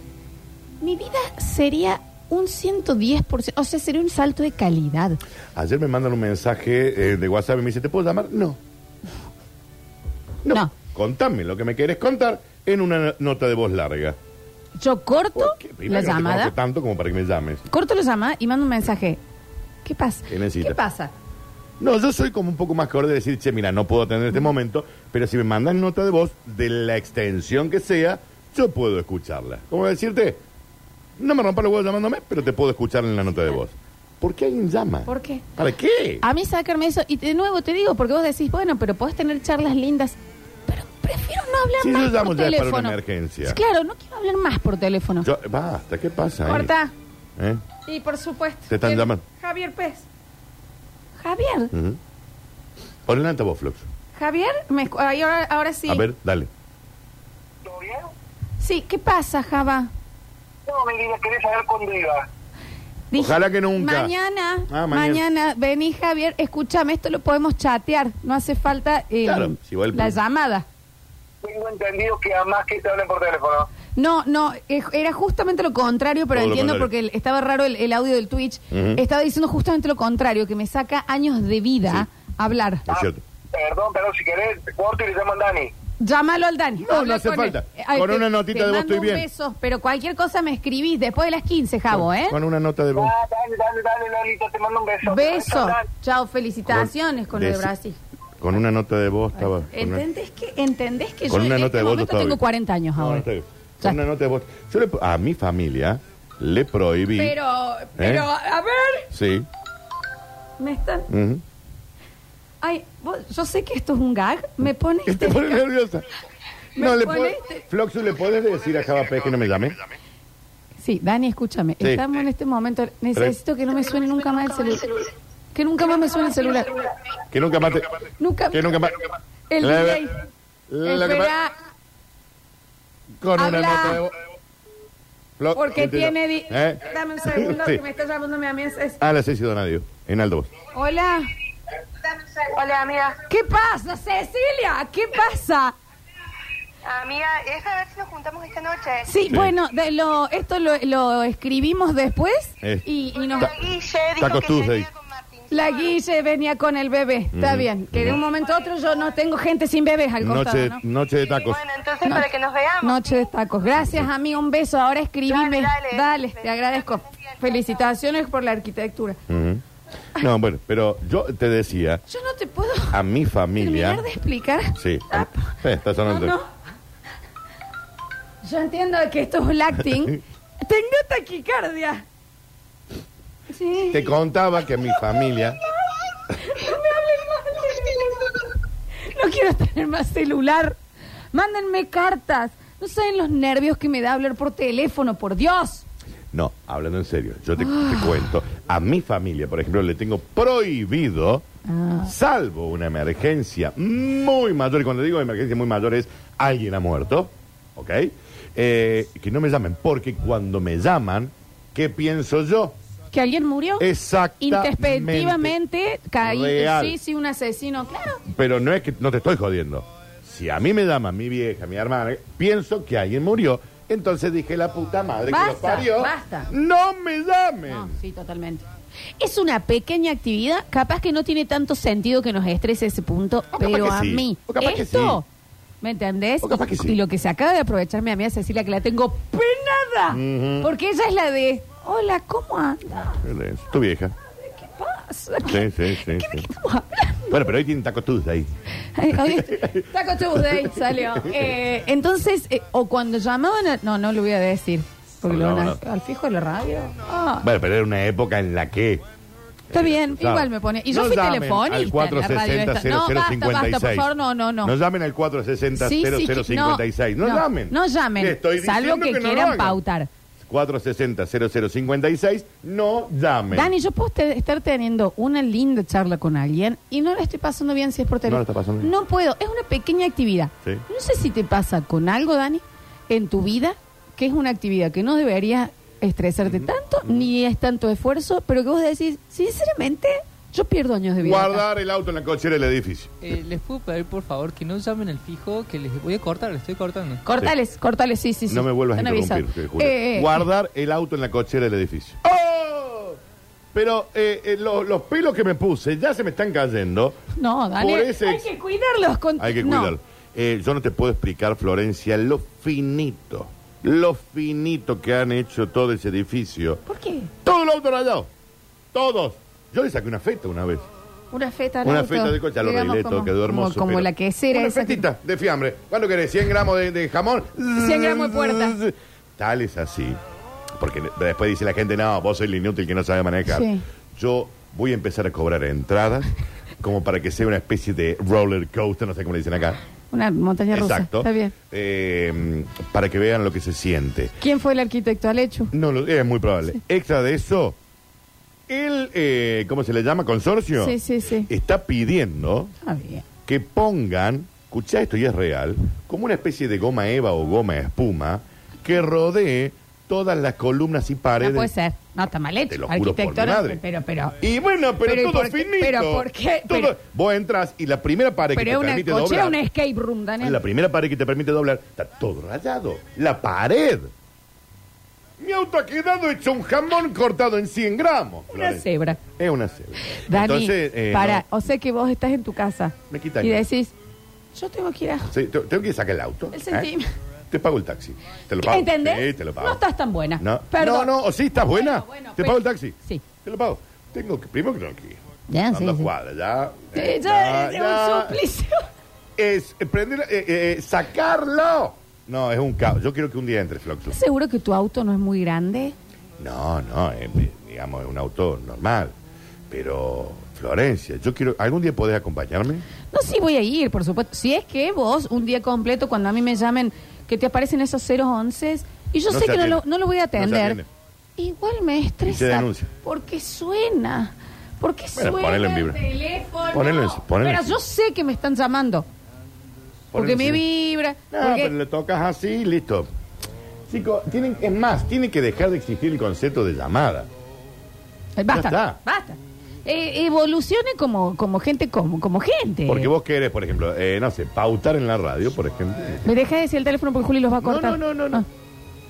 [SPEAKER 2] Mi vida sería un 110%, o sea, sería un salto de calidad.
[SPEAKER 3] Ayer me mandan un mensaje eh, de WhatsApp y me dice, ¿te puedo llamar? No.
[SPEAKER 2] No.
[SPEAKER 3] Contame lo que me querés contar en una nota de voz larga.
[SPEAKER 2] Yo corto
[SPEAKER 3] Porque,
[SPEAKER 2] la
[SPEAKER 3] primero, no te
[SPEAKER 2] llamada.
[SPEAKER 3] conozco tanto como para que me llames.
[SPEAKER 2] Corto la llamada y mando un mensaje. ¿Qué pasa?
[SPEAKER 3] ¿Qué necesita?
[SPEAKER 2] ¿Qué pasa?
[SPEAKER 3] No, yo soy como un poco más corto de decir, che, mira, no puedo atender este momento, pero si me mandan nota de voz de la extensión que sea, yo puedo escucharla. Como decirte, no me rompa los huevos llamándome, pero te puedo escuchar en la nota de voz. ¿Por qué alguien llama?
[SPEAKER 2] ¿Por qué? Ah.
[SPEAKER 3] ¿Para qué?
[SPEAKER 2] A mí sacarme eso, y de nuevo te digo, porque vos decís, bueno, pero podés tener charlas lindas, pero prefiero no hablar
[SPEAKER 3] Sí,
[SPEAKER 2] más
[SPEAKER 3] yo llamo
[SPEAKER 2] por
[SPEAKER 3] ya para
[SPEAKER 2] teléfono.
[SPEAKER 3] una emergencia.
[SPEAKER 2] Sí, Claro, no quiero hablar más por teléfono.
[SPEAKER 3] Yo- basta, ¿qué pasa? ahí?
[SPEAKER 2] Corta.
[SPEAKER 3] ¿Eh?
[SPEAKER 2] Y por supuesto.
[SPEAKER 3] Te están
[SPEAKER 2] el-
[SPEAKER 3] llamando.
[SPEAKER 2] Javier Pérez. Javier,
[SPEAKER 3] Ujú. Pon el altavoz, Flox.
[SPEAKER 2] Javier, me escu- ay, ahora, ahora sí.
[SPEAKER 3] A ver, dale.
[SPEAKER 4] ¿Todo bien?
[SPEAKER 2] Sí, ¿qué pasa, Java?
[SPEAKER 4] No, mi vida, querés saber cuándo iba.
[SPEAKER 2] Dije,
[SPEAKER 3] Ojalá que nunca.
[SPEAKER 2] Mañana,
[SPEAKER 3] Ah, mañana.
[SPEAKER 2] mañana, vení Javier, escúchame, esto lo podemos chatear, no hace falta eh,
[SPEAKER 3] Claro, si va el-
[SPEAKER 2] la llamada.
[SPEAKER 4] Tengo entendido que además que te hablen por teléfono.
[SPEAKER 2] No, no, eh, era justamente lo contrario, pero
[SPEAKER 3] Todo lo
[SPEAKER 2] entiendo
[SPEAKER 3] contrario.
[SPEAKER 2] porque el- estaba raro el, el audio del Twitch.
[SPEAKER 3] Ujú.
[SPEAKER 2] Estaba diciendo justamente lo contrario, que me saca años de vida hablar.
[SPEAKER 3] Es cierto.
[SPEAKER 4] Ah, Perdón, perdón, si querés, corto y le llaman Dani.
[SPEAKER 2] Llámalo al Dani.
[SPEAKER 3] No, no
[SPEAKER 2] Habla
[SPEAKER 3] hace
[SPEAKER 2] con él.
[SPEAKER 3] falta.
[SPEAKER 2] Eh, ay,
[SPEAKER 3] Con
[SPEAKER 2] te-
[SPEAKER 3] una notita
[SPEAKER 2] te
[SPEAKER 3] de vos
[SPEAKER 2] mando
[SPEAKER 3] estoy
[SPEAKER 2] un
[SPEAKER 3] bien.
[SPEAKER 2] beso, pero cualquier cosa me escribís después de las 15, Javo, ¿eh?
[SPEAKER 3] Con una nota de voz.
[SPEAKER 4] Ah, dale, dale, dale, Lolita, te mando un beso.
[SPEAKER 2] Beso.
[SPEAKER 4] Dale.
[SPEAKER 2] Chao, felicitaciones con, lo de
[SPEAKER 3] Deci-
[SPEAKER 2] Brasil.
[SPEAKER 3] Con una nota de voz estaba. con una-
[SPEAKER 2] ¿Entendés que, entendés que
[SPEAKER 3] Con
[SPEAKER 2] yo
[SPEAKER 3] una
[SPEAKER 2] en
[SPEAKER 3] nota
[SPEAKER 2] este
[SPEAKER 3] de voz
[SPEAKER 2] momento
[SPEAKER 3] no está
[SPEAKER 2] tengo
[SPEAKER 3] bien.
[SPEAKER 2] 40 años
[SPEAKER 3] No, no
[SPEAKER 2] ahora?
[SPEAKER 3] está bien.
[SPEAKER 2] Ah, Ya.
[SPEAKER 3] Con una nota de voz. Yo le- a mi familia le prohibí.
[SPEAKER 2] Pero, pero,
[SPEAKER 3] ¿Eh?
[SPEAKER 2] a ver,
[SPEAKER 3] Sí.
[SPEAKER 2] me están...
[SPEAKER 3] ujú.
[SPEAKER 2] Ay, vos- yo sé que esto es un gag, me pone... este
[SPEAKER 3] Que te pone
[SPEAKER 2] histérica.
[SPEAKER 3] nerviosa.
[SPEAKER 2] Me
[SPEAKER 3] No le puedo.
[SPEAKER 2] pone-
[SPEAKER 3] Floxu, ¿le podés decir a Java Pérez que no me llame?
[SPEAKER 2] Sí, Dani, escúchame,
[SPEAKER 3] Sí.
[SPEAKER 2] estamos en este momento, necesito que no me suene nunca más el celular. Que nunca más me suene el celular.
[SPEAKER 3] Que nunca mate.
[SPEAKER 2] Nunca
[SPEAKER 3] Que nunca mate.
[SPEAKER 2] El
[SPEAKER 3] La-
[SPEAKER 2] delay.
[SPEAKER 3] la-
[SPEAKER 2] Espera,
[SPEAKER 3] Con una
[SPEAKER 2] Habla.
[SPEAKER 3] nota de voz. Flo-
[SPEAKER 2] porque
[SPEAKER 3] ¿entiendo?
[SPEAKER 2] tiene... di-
[SPEAKER 3] ¿Eh?
[SPEAKER 2] Dame un segundo,
[SPEAKER 3] Sí.
[SPEAKER 2] que me está llamando mi amiga. es-
[SPEAKER 3] A las seis y donadio. En alto voz.
[SPEAKER 2] Hola,
[SPEAKER 5] Hola, amiga.
[SPEAKER 2] ¿qué pasa, Cecilia? ¿Qué pasa?
[SPEAKER 5] Amiga, es a ver si nos juntamos esta noche.
[SPEAKER 2] Sí,
[SPEAKER 3] Sí.
[SPEAKER 2] bueno, de lo, esto lo, lo escribimos después
[SPEAKER 3] Eh.
[SPEAKER 2] y, y nos...
[SPEAKER 5] La Guille dijo
[SPEAKER 3] Tacos
[SPEAKER 5] que
[SPEAKER 3] Tuesday.
[SPEAKER 5] venía con Martín.
[SPEAKER 2] La Guille venía con el bebé, está
[SPEAKER 3] Ujú,
[SPEAKER 2] bien. Que de un momento a otro yo no tengo gente sin bebés al
[SPEAKER 3] Noche,
[SPEAKER 2] costado, ¿no?
[SPEAKER 3] noche de tacos.
[SPEAKER 5] Bueno, entonces para que nos veamos.
[SPEAKER 2] Noche de tacos. Gracias, amigo. Un beso. Ahora escribime.
[SPEAKER 5] Dale,
[SPEAKER 2] Dale,
[SPEAKER 5] dale.
[SPEAKER 2] te agradezco. Felicitaciones por la arquitectura.
[SPEAKER 3] Ujú. No, bueno, pero yo te decía
[SPEAKER 2] Yo no te puedo
[SPEAKER 3] a mi familia.
[SPEAKER 2] terminar de explicar.
[SPEAKER 3] Sí,
[SPEAKER 2] Ah,
[SPEAKER 3] sí, está
[SPEAKER 2] no,
[SPEAKER 3] sonando.
[SPEAKER 2] no. Yo entiendo que esto es un lacting. tengo taquicardia. Sí.
[SPEAKER 3] Te contaba que mi familia.
[SPEAKER 2] No quiero tener más celular. Mándenme cartas. No saben los nervios que me da hablar por teléfono, por Dios.
[SPEAKER 3] No, hablando en serio, yo te,
[SPEAKER 2] Ah.
[SPEAKER 3] te cuento. A mi familia, por ejemplo, le tengo prohibido,
[SPEAKER 2] Ah.
[SPEAKER 3] salvo una emergencia muy mayor, y cuando digo emergencia muy mayor es alguien ha muerto, ¿ok? Eh, que no me llamen, porque cuando me llaman, ¿qué pienso yo?
[SPEAKER 2] ¿Que alguien murió?
[SPEAKER 3] Exactamente.
[SPEAKER 2] Introspectivamente caí.
[SPEAKER 3] Real.
[SPEAKER 2] Sí, sí, un asesino, claro.
[SPEAKER 3] Pero no es que no te estoy jodiendo. Si a mí me llaman mi vieja, mi hermana, eh, pienso que alguien murió. Entonces dije, la puta madre que los
[SPEAKER 2] Basta,
[SPEAKER 3] parió.
[SPEAKER 2] basta.
[SPEAKER 3] No me llamen.
[SPEAKER 2] No, sí, totalmente. Es una pequeña actividad, capaz que no tiene tanto sentido que nos estrese ese punto,
[SPEAKER 3] capaz
[SPEAKER 2] pero
[SPEAKER 3] que
[SPEAKER 2] a
[SPEAKER 3] sí,
[SPEAKER 2] mí
[SPEAKER 3] o capaz que
[SPEAKER 2] esto, ¿me entendés?
[SPEAKER 3] O capaz que sí.
[SPEAKER 2] Y lo que se acaba de aprovechar mi amiga Cecilia, que la tengo penada,
[SPEAKER 3] Ujú.
[SPEAKER 2] porque ella es la de, hola, ¿cómo anda?
[SPEAKER 3] Tu vieja.
[SPEAKER 2] ¿Qué pasa?
[SPEAKER 3] Sí, sí, sí,
[SPEAKER 2] ¿Qué- ¿De
[SPEAKER 3] sí.
[SPEAKER 2] qué estamos hablando?
[SPEAKER 3] Bueno, pero hoy tiene Taco Tuesday.
[SPEAKER 2] Ay, hoy es- Taco Tuesday salió. Eh, entonces, eh, o cuando llamaban a- No, no lo voy a decir. Porque
[SPEAKER 3] No,
[SPEAKER 2] lo van a-
[SPEAKER 3] no.
[SPEAKER 2] al fijo de la radio. Ah,
[SPEAKER 3] Bueno, pero era una época en la que.
[SPEAKER 2] está bien,
[SPEAKER 3] Eh, Claro.
[SPEAKER 2] igual me pone. Y yo
[SPEAKER 3] No
[SPEAKER 2] fui
[SPEAKER 3] llamen
[SPEAKER 2] telefónista.
[SPEAKER 3] Al
[SPEAKER 2] en la radio esta.
[SPEAKER 3] 460
[SPEAKER 2] No, basta, basta, por favor, no, no, no.
[SPEAKER 3] No llamen al 460
[SPEAKER 2] Sí, sí, que-
[SPEAKER 3] 0056. no, llamen.
[SPEAKER 2] No llamen.
[SPEAKER 3] Te estoy
[SPEAKER 2] salvo
[SPEAKER 3] diciendo
[SPEAKER 2] que,
[SPEAKER 3] no lo
[SPEAKER 2] quieran
[SPEAKER 3] hagan.
[SPEAKER 2] pautar.
[SPEAKER 3] 460-0056. No llamen.
[SPEAKER 2] Dani, yo puedo te- estar teniendo una linda charla con alguien y no la estoy pasando bien si es por teléfono.
[SPEAKER 3] No la está pasando bien.
[SPEAKER 2] No puedo, es una pequeña actividad.
[SPEAKER 3] Sí.
[SPEAKER 2] No sé si te pasa con algo, Dani, en tu vida, que es una actividad que no debería estresarte tanto, ni es tanto esfuerzo, pero que vos decís, sinceramente, yo pierdo años de vida. acá.
[SPEAKER 3] Guardar el auto en la cochera del edificio.
[SPEAKER 6] Eh, les puedo pedir, por favor, que no llamen al fijo, que les voy a cortar, les estoy cortando.
[SPEAKER 2] Cortales, cortales, sí, sí, sí.
[SPEAKER 3] No me vuelvas a
[SPEAKER 2] Están
[SPEAKER 3] interrumpir,
[SPEAKER 2] avisados.
[SPEAKER 3] te juro.
[SPEAKER 2] Eh, eh,
[SPEAKER 3] Guardar el auto en la cochera del edificio. ¡Oh! Pero eh, eh, lo- los pelos que me puse ya se me están cayendo.
[SPEAKER 2] No, Dani,
[SPEAKER 3] Por ese-
[SPEAKER 2] hay que cuidarlos. Con...
[SPEAKER 3] Hay que
[SPEAKER 2] no.
[SPEAKER 3] cuidarlo. Eh, yo no te puedo explicar, Florencia, lo finito, lo finito que han hecho todo ese edificio.
[SPEAKER 2] ¿Por qué?
[SPEAKER 3] Todo el auto rayado. Todos. Yo le saqué una feta una vez.
[SPEAKER 2] Una feta al
[SPEAKER 3] Una
[SPEAKER 2] auto,
[SPEAKER 3] feta de coche, ya lo
[SPEAKER 2] digamos,
[SPEAKER 3] arreglé todo,
[SPEAKER 2] como-
[SPEAKER 3] quedó hermoso.
[SPEAKER 2] Como, como
[SPEAKER 3] pero-
[SPEAKER 2] la que era
[SPEAKER 3] Una
[SPEAKER 2] esa. que-
[SPEAKER 3] fetita de fiambre. ¿Cuándo querés? ¿100 gramos de, de jamón?
[SPEAKER 2] 100 gramos de puerta.
[SPEAKER 3] Tal es así. Porque después dice la gente, no, vos sois el inútil que no sabe manejar.
[SPEAKER 2] Sí.
[SPEAKER 3] Yo voy a empezar a cobrar entradas como para que sea una especie de roller coaster, no sé cómo le dicen acá.
[SPEAKER 2] Una montaña rusa.
[SPEAKER 3] Exacto.
[SPEAKER 2] Está bien.
[SPEAKER 3] Eh, para que vean lo que se siente.
[SPEAKER 2] ¿Quién fue el arquitecto Alechu?
[SPEAKER 3] No, lo- es muy probable. Extra de eso, el, eh, ¿cómo se le llama? Consorcio.
[SPEAKER 2] Sí, sí, sí.
[SPEAKER 3] Está pidiendo
[SPEAKER 2] Está bien.
[SPEAKER 3] que pongan, escuchá esto y es real, como una especie de goma eva o goma espuma que rodee todas las columnas y paredes.
[SPEAKER 2] No puede ser. No, está mal hecho.
[SPEAKER 3] Te lo juro por
[SPEAKER 2] arquitecto,
[SPEAKER 3] mi
[SPEAKER 2] no,
[SPEAKER 3] madre.
[SPEAKER 2] Pero, pero.
[SPEAKER 3] Y bueno, pero,
[SPEAKER 2] Pero, ¿y
[SPEAKER 3] todo
[SPEAKER 2] por qué?
[SPEAKER 3] finito.
[SPEAKER 2] Pero, ¿por qué?
[SPEAKER 3] Todo-
[SPEAKER 2] Pero-
[SPEAKER 3] vos entras y la primera pared que
[SPEAKER 2] Pero
[SPEAKER 3] te
[SPEAKER 2] es una
[SPEAKER 3] permite
[SPEAKER 2] cochera,
[SPEAKER 3] doblar,
[SPEAKER 2] una escape room, Daniel.
[SPEAKER 3] la primera pared que te permite doblar, está todo rayado. La pared. Mi auto ha quedado hecho un jamón cortado en 100 gramos.
[SPEAKER 2] Una
[SPEAKER 3] Florencia.
[SPEAKER 2] cebra.
[SPEAKER 3] Es una cebra.
[SPEAKER 2] Dani,
[SPEAKER 3] Entonces, eh,
[SPEAKER 2] para.
[SPEAKER 3] no.
[SPEAKER 2] O sea que vos estás en tu casa.
[SPEAKER 3] Me quita
[SPEAKER 2] Y
[SPEAKER 3] el-
[SPEAKER 2] decís, yo tengo que ir a.
[SPEAKER 3] Sí, te- tengo que sacar el auto.
[SPEAKER 2] El
[SPEAKER 3] ¿eh?
[SPEAKER 2] centímetro.
[SPEAKER 3] Te pago el taxi. Te lo pago.
[SPEAKER 2] ¿Entendés?
[SPEAKER 3] Sí, te lo pago.
[SPEAKER 2] No estás tan buena.
[SPEAKER 3] No,
[SPEAKER 2] Perdón.
[SPEAKER 3] no, no, o sí, estás buena.
[SPEAKER 2] Bueno, bueno,
[SPEAKER 3] te
[SPEAKER 2] pero-
[SPEAKER 3] pago el taxi.
[SPEAKER 2] Sí.
[SPEAKER 3] Te lo pago. Tengo que, primero que tengo que ir.
[SPEAKER 2] Ya,
[SPEAKER 3] Ando
[SPEAKER 2] sí,
[SPEAKER 3] a
[SPEAKER 2] sí.
[SPEAKER 3] cuadra, ya.
[SPEAKER 2] Sí,
[SPEAKER 3] eh,
[SPEAKER 2] ya,
[SPEAKER 3] ya,
[SPEAKER 2] es
[SPEAKER 3] ya.
[SPEAKER 2] un suplicio.
[SPEAKER 3] Es eh, prender, eh, eh, sacarlo. No, es un caos. Yo quiero que un día entre, Floxu.
[SPEAKER 2] Seguro que tu auto no es muy grande.
[SPEAKER 3] No, no, eh, eh, digamos, es un auto normal. Pero, Florencia, yo quiero. ¿Algún día podés acompañarme?
[SPEAKER 2] No, sí voy a ir, por supuesto. Si es que vos, un día completo, cuando a mí me llamen, que te aparecen esos 011 y yo
[SPEAKER 3] No
[SPEAKER 2] sé
[SPEAKER 3] se
[SPEAKER 2] que no lo,
[SPEAKER 3] atiende.
[SPEAKER 2] no lo voy a
[SPEAKER 3] No se
[SPEAKER 2] atender,
[SPEAKER 3] atiende.
[SPEAKER 2] igual me estresa.
[SPEAKER 3] denuncia.
[SPEAKER 2] Porque suena. Porque
[SPEAKER 3] Bueno,
[SPEAKER 2] suena
[SPEAKER 3] ponelo en
[SPEAKER 2] el
[SPEAKER 3] vibra.
[SPEAKER 2] teléfono.
[SPEAKER 3] Ponelo en- ponelo en-
[SPEAKER 2] Pero yo sé que me están llamando. Porque me
[SPEAKER 3] Florencia.
[SPEAKER 2] vibra.
[SPEAKER 3] No,
[SPEAKER 2] porque-
[SPEAKER 3] pero le tocas así y listo. Chicos, tienen, es más, tiene que dejar de existir el concepto de llamada.
[SPEAKER 2] Eh, Basta,
[SPEAKER 3] Ya está.
[SPEAKER 2] basta. Eh, evolucione como, como gente como, como gente.
[SPEAKER 3] Porque vos querés, por ejemplo, eh, no sé, pautar en la radio, por ejemplo.
[SPEAKER 2] Me dejé de decir el teléfono porque Juli los va a
[SPEAKER 3] No,
[SPEAKER 2] cortar.
[SPEAKER 3] no, no, no, no.
[SPEAKER 2] Ah.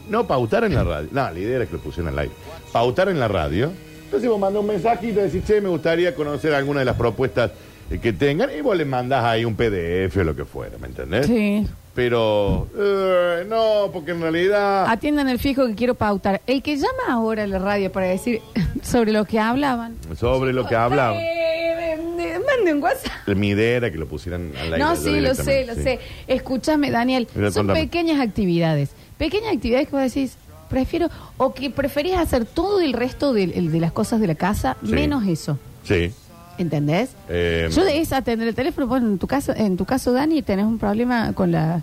[SPEAKER 3] No, pautar en la radio. No, la idea era que lo pusieran al aire. Pautar en la radio. Entonces vos mandás un mensajito y decís, che, me gustaría conocer alguna de las propuestas eh, que tengan. Y vos le mandás ahí un PDF o lo que fuera, ¿me entendés?
[SPEAKER 2] Sí.
[SPEAKER 3] Pero, eh, no, porque en realidad...
[SPEAKER 2] Atiendan el fijo que quiero pautar. El que llama ahora a la radio para decir sobre lo que hablaban.
[SPEAKER 3] Sobre lo que hablaba.
[SPEAKER 2] Eh, eh, mande un WhatsApp.
[SPEAKER 3] Mi idea era que lo pusieran al aire.
[SPEAKER 2] No,
[SPEAKER 3] yo
[SPEAKER 2] sí, lo sé,
[SPEAKER 3] directamente,
[SPEAKER 2] lo
[SPEAKER 3] sí.
[SPEAKER 2] sé. Escúchame, Daniel.
[SPEAKER 3] Mira,
[SPEAKER 2] son
[SPEAKER 3] contame.
[SPEAKER 2] pequeñas actividades. Pequeñas actividades que vos decís, prefiero, o que preferís hacer todo el resto del- el de, las cosas de la casa,
[SPEAKER 3] Sí.
[SPEAKER 2] menos eso.
[SPEAKER 3] Sí.
[SPEAKER 2] ¿Entendés?
[SPEAKER 3] Eh,
[SPEAKER 2] Yo de esa atender el teléfono, bueno, en tu caso, en tu caso, Dani, tenés un problema con la.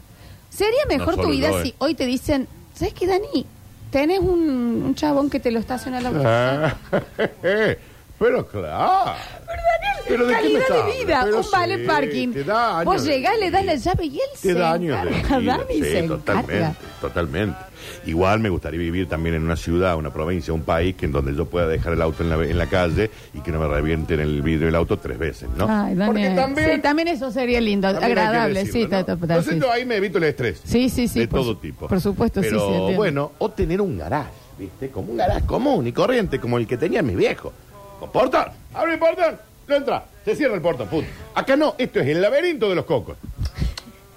[SPEAKER 2] Sería mejor
[SPEAKER 3] No
[SPEAKER 2] tu
[SPEAKER 3] solo
[SPEAKER 2] vida
[SPEAKER 3] yo, eh.
[SPEAKER 2] si hoy te dicen, ¿sabes qué, Dani? Tenés un, un chabón que te lo estaciona en la bolsa.
[SPEAKER 3] Ah, pero claro. Pero ¿de qué me
[SPEAKER 2] Calidad
[SPEAKER 3] hablas?
[SPEAKER 2] de vida,
[SPEAKER 3] Pero
[SPEAKER 2] un vale
[SPEAKER 3] sí,
[SPEAKER 2] parking.
[SPEAKER 3] te da años
[SPEAKER 2] Vos
[SPEAKER 3] de
[SPEAKER 2] llegás, le das la
[SPEAKER 3] vida.
[SPEAKER 2] llave y él
[SPEAKER 3] Te
[SPEAKER 2] se
[SPEAKER 3] da años de
[SPEAKER 2] encarga,
[SPEAKER 3] vida,
[SPEAKER 2] Dani
[SPEAKER 3] sí,
[SPEAKER 2] se encarga.
[SPEAKER 3] totalmente, totalmente. Igual me gustaría vivir también en una ciudad, una provincia, un país que en donde yo pueda dejar el auto en la, en la calle y que no me revienten el vidrio del auto tres veces, ¿no?
[SPEAKER 2] Ay,
[SPEAKER 3] Porque
[SPEAKER 2] Daniel.
[SPEAKER 3] también,
[SPEAKER 2] Sí, también eso sería lindo,
[SPEAKER 3] también hay que
[SPEAKER 2] agradable,
[SPEAKER 3] decirlo,
[SPEAKER 2] sí.
[SPEAKER 3] ¿no?
[SPEAKER 2] ta- ta- ta-
[SPEAKER 3] Entonces
[SPEAKER 2] sí.
[SPEAKER 3] yo ahí me evito el estrés.
[SPEAKER 2] Sí, sí, sí,
[SPEAKER 3] De
[SPEAKER 2] por
[SPEAKER 3] todo
[SPEAKER 2] su-
[SPEAKER 3] tipo.
[SPEAKER 2] por supuesto, sí,
[SPEAKER 3] Pero,
[SPEAKER 2] sí, entiendo.
[SPEAKER 3] bueno, o tener un garage, ¿viste? Como un garage común y corriente, como el que tenían mis viejos. Con portón. Abre el portón, no entra. Se cierra el portón, punto. Acá no, esto es el laberinto de los cocos.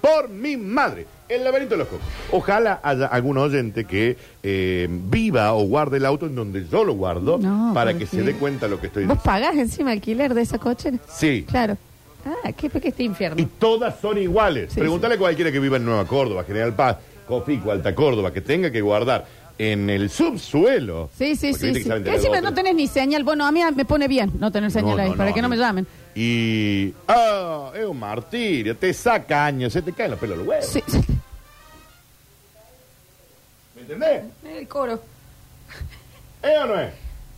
[SPEAKER 3] Por mi madre, el laberinto de los cocos. Ojalá haya algún oyente que eh, viva o guarde el auto en donde yo lo guardo
[SPEAKER 2] No,
[SPEAKER 3] para
[SPEAKER 2] porque-
[SPEAKER 3] que se dé cuenta lo que estoy
[SPEAKER 2] ¿Vos
[SPEAKER 3] diciendo.
[SPEAKER 2] pagás encima alquiler de esa coche?
[SPEAKER 3] Sí.
[SPEAKER 2] Claro. Ah, qué este infierno.
[SPEAKER 3] Y todas son iguales.
[SPEAKER 2] Sí,
[SPEAKER 3] Pregúntale a cualquiera que viva en Nueva Córdoba, General Paz, Copico, Alta Córdoba, que tenga que guardar en el subsuelo.
[SPEAKER 2] Sí, sí, sí.
[SPEAKER 3] Porque viste que
[SPEAKER 2] sí.
[SPEAKER 3] saben
[SPEAKER 2] Que
[SPEAKER 3] tener
[SPEAKER 2] Encima
[SPEAKER 3] dos,
[SPEAKER 2] no
[SPEAKER 3] tres.
[SPEAKER 2] tenés ni señal. Bueno, a mí me pone bien no tener señal
[SPEAKER 3] No,
[SPEAKER 2] ahí,
[SPEAKER 3] no,
[SPEAKER 2] para
[SPEAKER 3] no,
[SPEAKER 2] que no
[SPEAKER 3] a
[SPEAKER 2] me
[SPEAKER 3] mí-
[SPEAKER 2] llamen.
[SPEAKER 3] Y. ¡Ah! es un martirio. Te saca años, se te caen los pelos los huevos.
[SPEAKER 2] Sí, sí.
[SPEAKER 3] ¿Me entendés?
[SPEAKER 2] El coro.
[SPEAKER 3] ¿Eh o no es?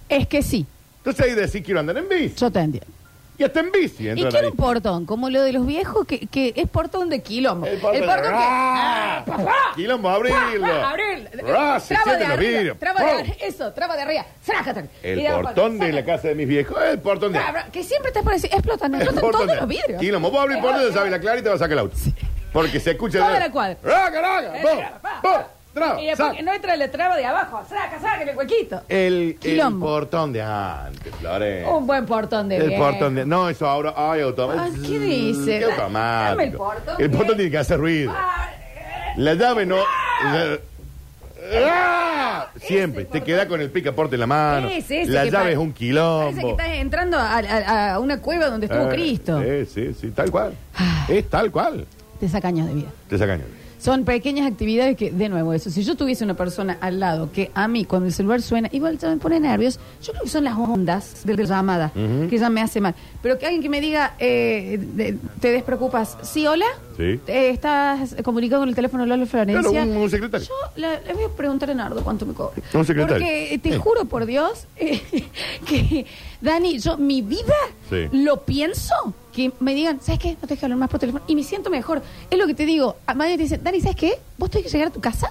[SPEAKER 2] Es que sí,
[SPEAKER 3] Entonces ahí decís quiero andar en bici.
[SPEAKER 2] yo te entiendo.
[SPEAKER 3] Y hasta en bici
[SPEAKER 2] Y
[SPEAKER 3] entra la
[SPEAKER 2] quiero un
[SPEAKER 3] lista.
[SPEAKER 2] portón, como lo de los viejos, que, que es portón de quilombo.
[SPEAKER 3] El portón de-
[SPEAKER 2] que...
[SPEAKER 3] ¡Ah!
[SPEAKER 2] ¡Ah, papá!
[SPEAKER 3] Quilombo, abrirlo.
[SPEAKER 2] ¡Ah, ah, abrirlo!
[SPEAKER 3] ¡Ah, se
[SPEAKER 2] Traba de
[SPEAKER 3] sienten los
[SPEAKER 2] arriba,
[SPEAKER 3] vidrios!
[SPEAKER 2] traba de
[SPEAKER 3] ¡Pum!
[SPEAKER 2] arriba, Eso, traba de arriba. ¡Sácate!
[SPEAKER 3] El
[SPEAKER 2] Y daba
[SPEAKER 3] portón
[SPEAKER 2] vuelta,
[SPEAKER 3] de la
[SPEAKER 2] sácate.
[SPEAKER 3] casa de mis viejos. El portón de...
[SPEAKER 2] Cabra, Que siempre estás por decir, explotan,
[SPEAKER 3] El
[SPEAKER 2] explotan
[SPEAKER 3] portón
[SPEAKER 2] todos
[SPEAKER 3] de-
[SPEAKER 2] los vidrios. Eh,
[SPEAKER 3] Quilombo, vos abrís el portón, te sabe la clara y te va a sacar el auto. Porque se escucha...
[SPEAKER 2] Toda la cuadra.
[SPEAKER 3] ¡Raga, raga!
[SPEAKER 2] Eh,
[SPEAKER 3] ¡Pum!
[SPEAKER 2] traba, pa,
[SPEAKER 3] ¡Pum!
[SPEAKER 2] pa.
[SPEAKER 3] ¡Traba!
[SPEAKER 2] Y después
[SPEAKER 3] saca!
[SPEAKER 2] que no entra la traba de abajo. Saca, saca el huequito.
[SPEAKER 3] El, el
[SPEAKER 2] Quilombo.
[SPEAKER 3] portón de antes, Flores.
[SPEAKER 2] Un buen portón de
[SPEAKER 3] El
[SPEAKER 2] bien.
[SPEAKER 3] portón de... No, eso ahora... ¡Ay,
[SPEAKER 2] Ah,
[SPEAKER 3] automático!
[SPEAKER 2] ¿qué dice?
[SPEAKER 3] ¡Qué automático!
[SPEAKER 2] Dame el portón
[SPEAKER 3] El portón
[SPEAKER 2] que-
[SPEAKER 3] tiene que hacer ruido.
[SPEAKER 2] Ah,
[SPEAKER 3] La llave no... la- ¡Ah! Siempre,
[SPEAKER 2] Ese
[SPEAKER 3] te queda con el picaporte en la mano.
[SPEAKER 2] Ese, ese
[SPEAKER 3] la
[SPEAKER 2] que
[SPEAKER 3] llave
[SPEAKER 2] pare-
[SPEAKER 3] es un
[SPEAKER 2] Parece que
[SPEAKER 3] quilombo.
[SPEAKER 2] estás entrando a, a- a una cueva donde estuvo
[SPEAKER 3] Eh,
[SPEAKER 2] Cristo.
[SPEAKER 3] Sí, sí, sí, tal cual.
[SPEAKER 2] Ah.
[SPEAKER 3] Es tal cual.
[SPEAKER 2] Te saca años de vida.
[SPEAKER 3] Te sacan.
[SPEAKER 2] Son pequeñas actividades que, de nuevo, eso. Si yo tuviese una persona al lado que a mí, cuando el celular suena, igual se me pone nervios, yo creo que son las ondas de la llamada, que ya me hace mal. Pero que alguien que me diga, eh, de- te despreocupas, ¿sí, hola?
[SPEAKER 3] Sí.
[SPEAKER 2] Eh, ¿Estás comunicado con el teléfono de Lola Florencia?
[SPEAKER 3] Claro, un- un secretario.
[SPEAKER 2] Yo la- le voy a preguntar a Nardo cuánto me cobra.
[SPEAKER 3] Un secretario.
[SPEAKER 2] Porque te
[SPEAKER 3] Eh.
[SPEAKER 2] juro por Dios eh, que, Dani, yo mi vida
[SPEAKER 3] Sí.
[SPEAKER 2] lo pienso. Que me digan, ¿sabes qué? No te dejes hablar más por teléfono. Y me siento mejor. Es lo que te digo. A María te dice, Dani, ¿sabes qué? Vos tenés que llegar a tu casa.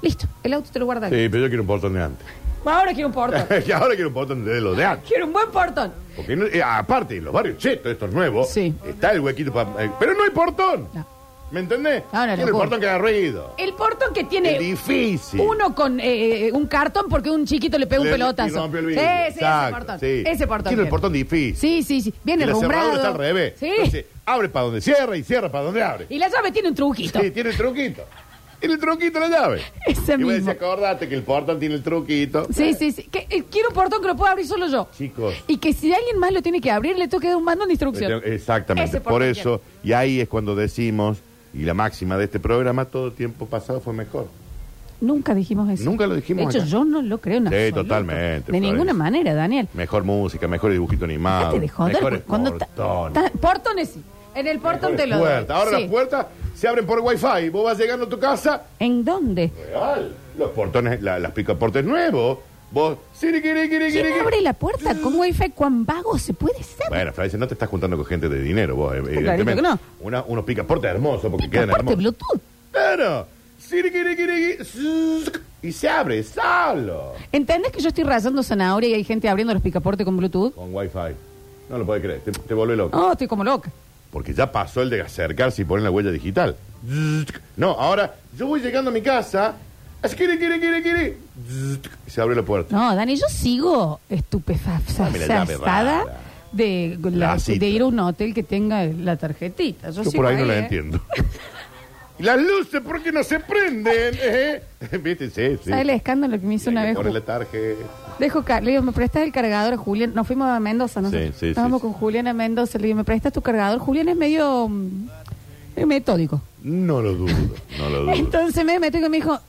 [SPEAKER 2] Listo, el auto te lo guardas.
[SPEAKER 3] Sí, pero yo quiero un portón de antes.
[SPEAKER 2] Ahora quiero un portón.
[SPEAKER 3] y ahora quiero un portón de los de antes.
[SPEAKER 2] quiero un buen portón.
[SPEAKER 3] Porque no- eh, aparte, en los barrios chetos, estos nuevos,
[SPEAKER 2] Sí.
[SPEAKER 3] está el huequito para. pero no hay portón.
[SPEAKER 2] No.
[SPEAKER 3] ¿Me entendés?
[SPEAKER 2] No, no,
[SPEAKER 3] Quiero el
[SPEAKER 2] locura.
[SPEAKER 3] portón que haga ruido.
[SPEAKER 2] El portón que tiene
[SPEAKER 3] Es difícil.
[SPEAKER 2] uno con eh, eh, un cartón porque un chiquito le pega un
[SPEAKER 3] Le- y
[SPEAKER 2] pelotazo.
[SPEAKER 3] rompe el
[SPEAKER 2] Sí,
[SPEAKER 3] vidrio.
[SPEAKER 2] sí, ese
[SPEAKER 3] Exacto,
[SPEAKER 2] portón.
[SPEAKER 3] sí.
[SPEAKER 2] Ese portón.
[SPEAKER 3] Quiero el
[SPEAKER 2] quiero.
[SPEAKER 3] portón difícil.
[SPEAKER 2] Sí, sí, sí. Viene
[SPEAKER 3] Y la cerradura
[SPEAKER 2] rumbrado.
[SPEAKER 3] está al revés.
[SPEAKER 2] Sí.
[SPEAKER 3] Entonces, abre para donde cierra y cierra para donde abre.
[SPEAKER 2] Y la llave tiene un truquito.
[SPEAKER 3] Sí, tiene el truquito. Tiene el truquito la llave.
[SPEAKER 2] Ese
[SPEAKER 3] y vos decís,
[SPEAKER 2] mismo.
[SPEAKER 3] acordate que el portón tiene el truquito.
[SPEAKER 2] Sí, sí, sí. Que, eh, quiero un portón que lo pueda abrir solo yo.
[SPEAKER 3] Chicos.
[SPEAKER 2] Y que si alguien más lo tiene que abrir, le toque dar un mando de instrucción.
[SPEAKER 3] Eh, Exactamente,
[SPEAKER 2] Ese
[SPEAKER 3] por
[SPEAKER 2] portón
[SPEAKER 3] eso, y ahí es cuando decimos, y la máxima de este programa, todo tiempo pasado fue mejor.
[SPEAKER 2] Nunca dijimos eso.
[SPEAKER 3] Nunca lo dijimos
[SPEAKER 2] De hecho,
[SPEAKER 3] acá.
[SPEAKER 2] yo no lo creo en
[SPEAKER 3] Sí,
[SPEAKER 2] absoluto.
[SPEAKER 3] totalmente,
[SPEAKER 2] De
[SPEAKER 3] Florencia.
[SPEAKER 2] ninguna manera, Daniel.
[SPEAKER 3] Mejor música, mejor dibujito animado.
[SPEAKER 2] Déjate de joder.
[SPEAKER 3] mejores
[SPEAKER 2] porque cuando ta-
[SPEAKER 3] portones,
[SPEAKER 2] ta- portones sí. En el portón
[SPEAKER 3] mejores
[SPEAKER 2] te lo doy.
[SPEAKER 3] puertas. Ahora
[SPEAKER 2] Sí.
[SPEAKER 3] las puertas se abren por wifi, vos vas llegando a tu casa,
[SPEAKER 2] ¿En dónde?
[SPEAKER 3] real. Los portones, la- las picaportes nuevos, vos...
[SPEAKER 2] ¿Quién abre la puerta con wifi? ¿Cuán vago se puede ser?
[SPEAKER 3] Bueno, Francia, no te estás juntando con gente de dinero vos,
[SPEAKER 2] clarito
[SPEAKER 3] evidentemente.
[SPEAKER 2] que no.
[SPEAKER 3] Una- unos picaportes hermosos porque quedan
[SPEAKER 2] Aparte,
[SPEAKER 3] hermosos.
[SPEAKER 2] Bluetooth.
[SPEAKER 3] Claro. Siriquiriquiriqui, zzz, Y se abre, salo.
[SPEAKER 2] ¿Entendés que yo estoy rayando zanahoria y hay gente abriendo los picaportes con Bluetooth?
[SPEAKER 3] Con wifi. No lo podés creer, te, te vuelve loco.
[SPEAKER 2] No, estoy como loca.
[SPEAKER 3] Porque ya pasó el de acercarse y poner la huella digital. Zzz, No, ahora yo voy llegando a mi casa. así, quiri, quiri, quiri, quiri, zzz, Y se abre la puerta.
[SPEAKER 2] No, Dani, yo
[SPEAKER 3] Ah,
[SPEAKER 2] sigo
[SPEAKER 3] Dame la llave
[SPEAKER 2] estupefactada
[SPEAKER 3] rara.
[SPEAKER 2] de, la-
[SPEAKER 3] La cita.
[SPEAKER 2] de ir a un hotel que tenga la tarjetita. Yo,
[SPEAKER 3] Yo
[SPEAKER 2] sigo
[SPEAKER 3] por ahí no la
[SPEAKER 2] ¿eh?
[SPEAKER 3] entiendo. Y las luces, ¿por qué no se prenden? eh? ¿Viste? Sí, sí.
[SPEAKER 2] ¿Sabes el escándalo que me hizo
[SPEAKER 3] Y hay
[SPEAKER 2] una
[SPEAKER 3] que
[SPEAKER 2] vez?
[SPEAKER 3] ponerle tarjeta.
[SPEAKER 2] Dejo, car- le digo, ¿me prestas el cargador, Julián? Nos fuimos a Mendoza, ¿no?
[SPEAKER 3] Sí, sí,
[SPEAKER 2] Estábamos
[SPEAKER 3] sí,
[SPEAKER 2] con
[SPEAKER 3] sí.
[SPEAKER 2] Julián a Mendoza. Le digo, ¿me prestas tu cargador? Julián es medio mm, eh, metódico.
[SPEAKER 3] No lo dudo, no lo dudo.
[SPEAKER 2] Entonces me meto y me dijo,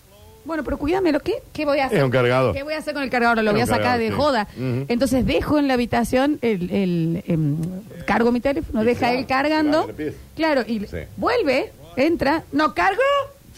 [SPEAKER 2] bueno, pero cuídamelo, ¿qué, ¿qué voy a hacer?
[SPEAKER 3] Es un cargador.
[SPEAKER 2] ¿Qué voy a hacer con el cargador? Lo
[SPEAKER 3] Es
[SPEAKER 2] voy a
[SPEAKER 3] un
[SPEAKER 2] sacar
[SPEAKER 3] cargador,
[SPEAKER 2] de
[SPEAKER 3] sí.
[SPEAKER 2] joda.
[SPEAKER 3] Ujú.
[SPEAKER 2] Entonces dejo en la habitación el, el, em, cargo mi teléfono,
[SPEAKER 3] Y
[SPEAKER 2] deja
[SPEAKER 3] se va,
[SPEAKER 2] él
[SPEAKER 3] se va
[SPEAKER 2] cargando.
[SPEAKER 3] de la pieza.
[SPEAKER 2] Claro, y
[SPEAKER 3] Sí.
[SPEAKER 2] vuelve, entra, no cargo.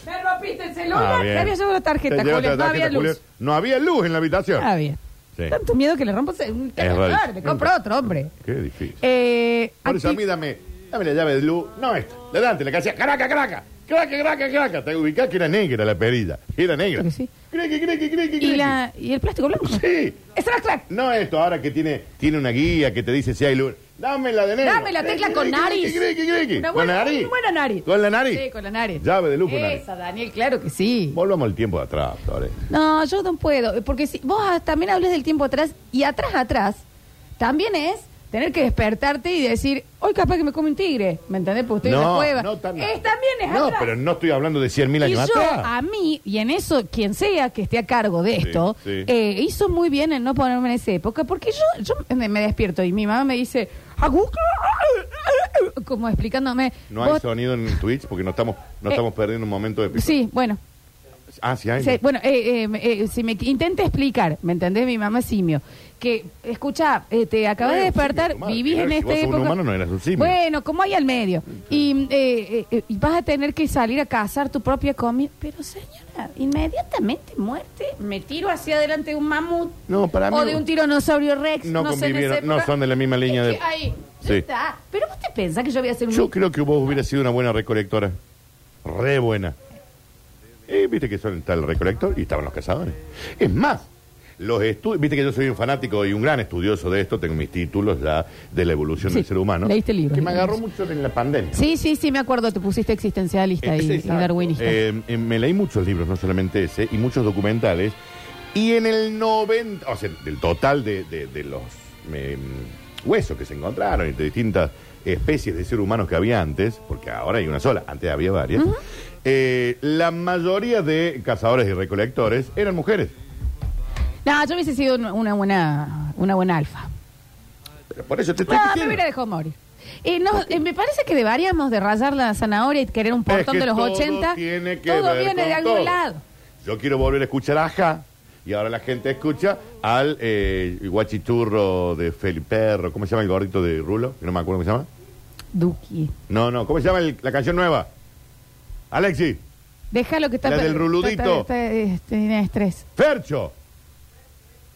[SPEAKER 2] Me rompiste el
[SPEAKER 3] Ah,
[SPEAKER 2] celular,
[SPEAKER 3] bien.
[SPEAKER 2] le había llevado la tarjeta,
[SPEAKER 3] Te llevas
[SPEAKER 2] Julián,
[SPEAKER 3] la
[SPEAKER 2] no había
[SPEAKER 3] tarjeta,
[SPEAKER 2] luz.
[SPEAKER 3] Julián. No había luz en la habitación.
[SPEAKER 2] Ah, bien.
[SPEAKER 3] Sí.
[SPEAKER 2] Tanto miedo que le rompa el- un cargador,
[SPEAKER 3] rarísimo.
[SPEAKER 2] le compro otro, hombre.
[SPEAKER 3] Qué difícil.
[SPEAKER 2] Eh,
[SPEAKER 3] Por eso a
[SPEAKER 2] acti-
[SPEAKER 3] mí dame, dame la llave de luz. No esta. La de antes, la que hacía caraca, caraca. Caraca, caraca, caraca. Te ubicás que era negra la perilla. Era negra.
[SPEAKER 2] Creo que sí.
[SPEAKER 3] Creque, creque, creque,
[SPEAKER 2] y,
[SPEAKER 3] creque.
[SPEAKER 2] la, y el plástico blanco.
[SPEAKER 3] Sí.
[SPEAKER 2] Es la clac.
[SPEAKER 3] No esto, ahora que tiene, tiene una guía que te dice si hay luz. Dame la de negro.
[SPEAKER 2] Dame la tecla con nariz.
[SPEAKER 3] Creque, creque.
[SPEAKER 2] Una
[SPEAKER 3] ¿Con
[SPEAKER 2] buena,
[SPEAKER 3] la nariz?
[SPEAKER 2] una buena nariz.
[SPEAKER 3] ¿Con la nariz?
[SPEAKER 2] Sí, con la nariz.
[SPEAKER 3] Llave de luz con la nariz.
[SPEAKER 2] Esa, Daniel, claro que sí.
[SPEAKER 3] Volvamos al tiempo de atrás, Flores.
[SPEAKER 2] No, yo no puedo. Porque si vos ah, también hables del tiempo atrás y atrás, atrás, también es tener que despertarte y decir, hoy capaz que me come un tigre. ¿Me entendés? Porque estoy en la cueva.
[SPEAKER 3] no tan-
[SPEAKER 2] Es, también es
[SPEAKER 3] No,
[SPEAKER 2] atrás.
[SPEAKER 3] pero no estoy hablando de 100.000
[SPEAKER 2] y yo, ah,
[SPEAKER 3] años atrás.
[SPEAKER 2] a mí, y en eso, quien sea que esté a cargo de esto,
[SPEAKER 3] sí.
[SPEAKER 2] eh, hizo muy bien en no ponerme en esa época, porque yo, yo me, me despierto y mi mamá me dice, "Aguca", como explicándome.
[SPEAKER 3] No hay
[SPEAKER 2] vos-
[SPEAKER 3] sonido en Twitch porque no estamos, no
[SPEAKER 2] Eh,
[SPEAKER 3] estamos perdiendo un momento de
[SPEAKER 2] Sí, bueno.
[SPEAKER 3] Ah, sí, hay.
[SPEAKER 2] Se- bueno, eh, eh, eh, si me intenta explicar, ¿me entendés? Mi mamá simio. Que, escucha, eh, te acabas
[SPEAKER 3] Bueno,
[SPEAKER 2] de despertar,
[SPEAKER 3] simio, madre,
[SPEAKER 2] vivís
[SPEAKER 3] claro,
[SPEAKER 2] en
[SPEAKER 3] si
[SPEAKER 2] esta
[SPEAKER 3] vos sos un
[SPEAKER 2] época.
[SPEAKER 3] humano, no eras un simio.
[SPEAKER 2] Bueno, como hay al medio. Y eh, eh, eh, y vas a tener que salir a cazar tu propia comida. Pero, señora, inmediatamente muerte, me tiro hacia adelante de un mamut.
[SPEAKER 3] No, para mí
[SPEAKER 2] O
[SPEAKER 3] no-
[SPEAKER 2] de un tiranosaurio rex.
[SPEAKER 3] No
[SPEAKER 2] sé, en
[SPEAKER 3] convivieron,
[SPEAKER 2] esa
[SPEAKER 3] no
[SPEAKER 2] época.
[SPEAKER 3] son de la misma línea
[SPEAKER 2] Es
[SPEAKER 3] de-
[SPEAKER 2] que ahí, ya
[SPEAKER 3] Sí.
[SPEAKER 2] está. Pero vos te pensás que yo voy a hacer un
[SPEAKER 3] Yo creo que vos hubieras sido una buena recolectora. Re buena. Eh, viste que son, está el recolector y estaban los cazadores. Es más, los estudios. Viste que yo soy un fanático y un gran estudioso de esto. Tengo mis títulos ya de la evolución
[SPEAKER 2] Sí,
[SPEAKER 3] del ser humano.
[SPEAKER 2] leíste libros.
[SPEAKER 3] Que me agarró mucho en la pandemia.
[SPEAKER 2] Sí, sí, sí, me acuerdo, te pusiste existencialista
[SPEAKER 3] Eh,
[SPEAKER 2] y, y
[SPEAKER 3] exacto.
[SPEAKER 2] darwinista.
[SPEAKER 3] Eh, eh, me leí muchos libros, no solamente ese, y muchos documentales. Y en el 90, o sea, del total de, de- de los eh, huesos que se encontraron y de distintas especies de seres humanos que había antes, porque ahora hay una sola, antes había varias, eh, la mayoría de cazadores y recolectores eran mujeres.
[SPEAKER 2] No, yo hubiese sido un- una buena, una buena alfa.
[SPEAKER 3] Pero por eso te estoy
[SPEAKER 2] No, me
[SPEAKER 3] diciendo.
[SPEAKER 2] hubiera dejado morir. Eh, no, eh, me parece que deberíamos de rayar la zanahoria y querer un portón
[SPEAKER 3] Es que
[SPEAKER 2] de los
[SPEAKER 3] todo
[SPEAKER 2] 80.
[SPEAKER 3] tiene que
[SPEAKER 2] todo
[SPEAKER 3] ver
[SPEAKER 2] viene
[SPEAKER 3] con
[SPEAKER 2] de algún
[SPEAKER 3] todo.
[SPEAKER 2] lado.
[SPEAKER 3] Yo quiero volver a escuchar a Ja. Y ahora la gente escucha al eh, guachiturro de Feliperro. ¿Cómo se llama el gordito de Rulo? Que no me acuerdo cómo se llama.
[SPEAKER 2] Duki.
[SPEAKER 3] No, no. ¿Cómo se llama el- la canción nueva? Alexi.
[SPEAKER 2] Déjalo que está.
[SPEAKER 3] La del
[SPEAKER 2] está-
[SPEAKER 3] ruludito.
[SPEAKER 2] está- está- está- Tiene estrés.
[SPEAKER 3] Fercho.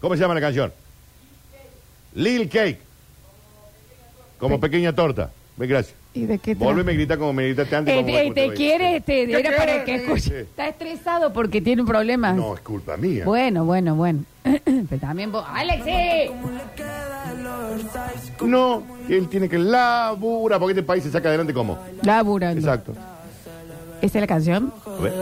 [SPEAKER 3] ¿Cómo se llama la canción? Lil Cake. Como pequeña torta. Ve, gracias.
[SPEAKER 2] ¿Y de qué tra-
[SPEAKER 3] Volveme a gritar como me gritaste antes.
[SPEAKER 2] Eh,
[SPEAKER 3] como
[SPEAKER 2] eh,
[SPEAKER 3] me
[SPEAKER 2] te
[SPEAKER 3] escuchaba.
[SPEAKER 2] quiere, este,
[SPEAKER 3] ¿Qué
[SPEAKER 2] era para que
[SPEAKER 3] querés?
[SPEAKER 2] escuche.
[SPEAKER 3] Sí.
[SPEAKER 2] Está estresado porque tiene un problema.
[SPEAKER 3] No, es culpa mía.
[SPEAKER 2] bueno, bueno, bueno. Pero también vos. ¡Alexi!
[SPEAKER 3] No, él tiene que laburar porque este país se saca adelante como.
[SPEAKER 2] Laburando.
[SPEAKER 3] Exacto.
[SPEAKER 2] ¿Esa es la canción?
[SPEAKER 3] A ver.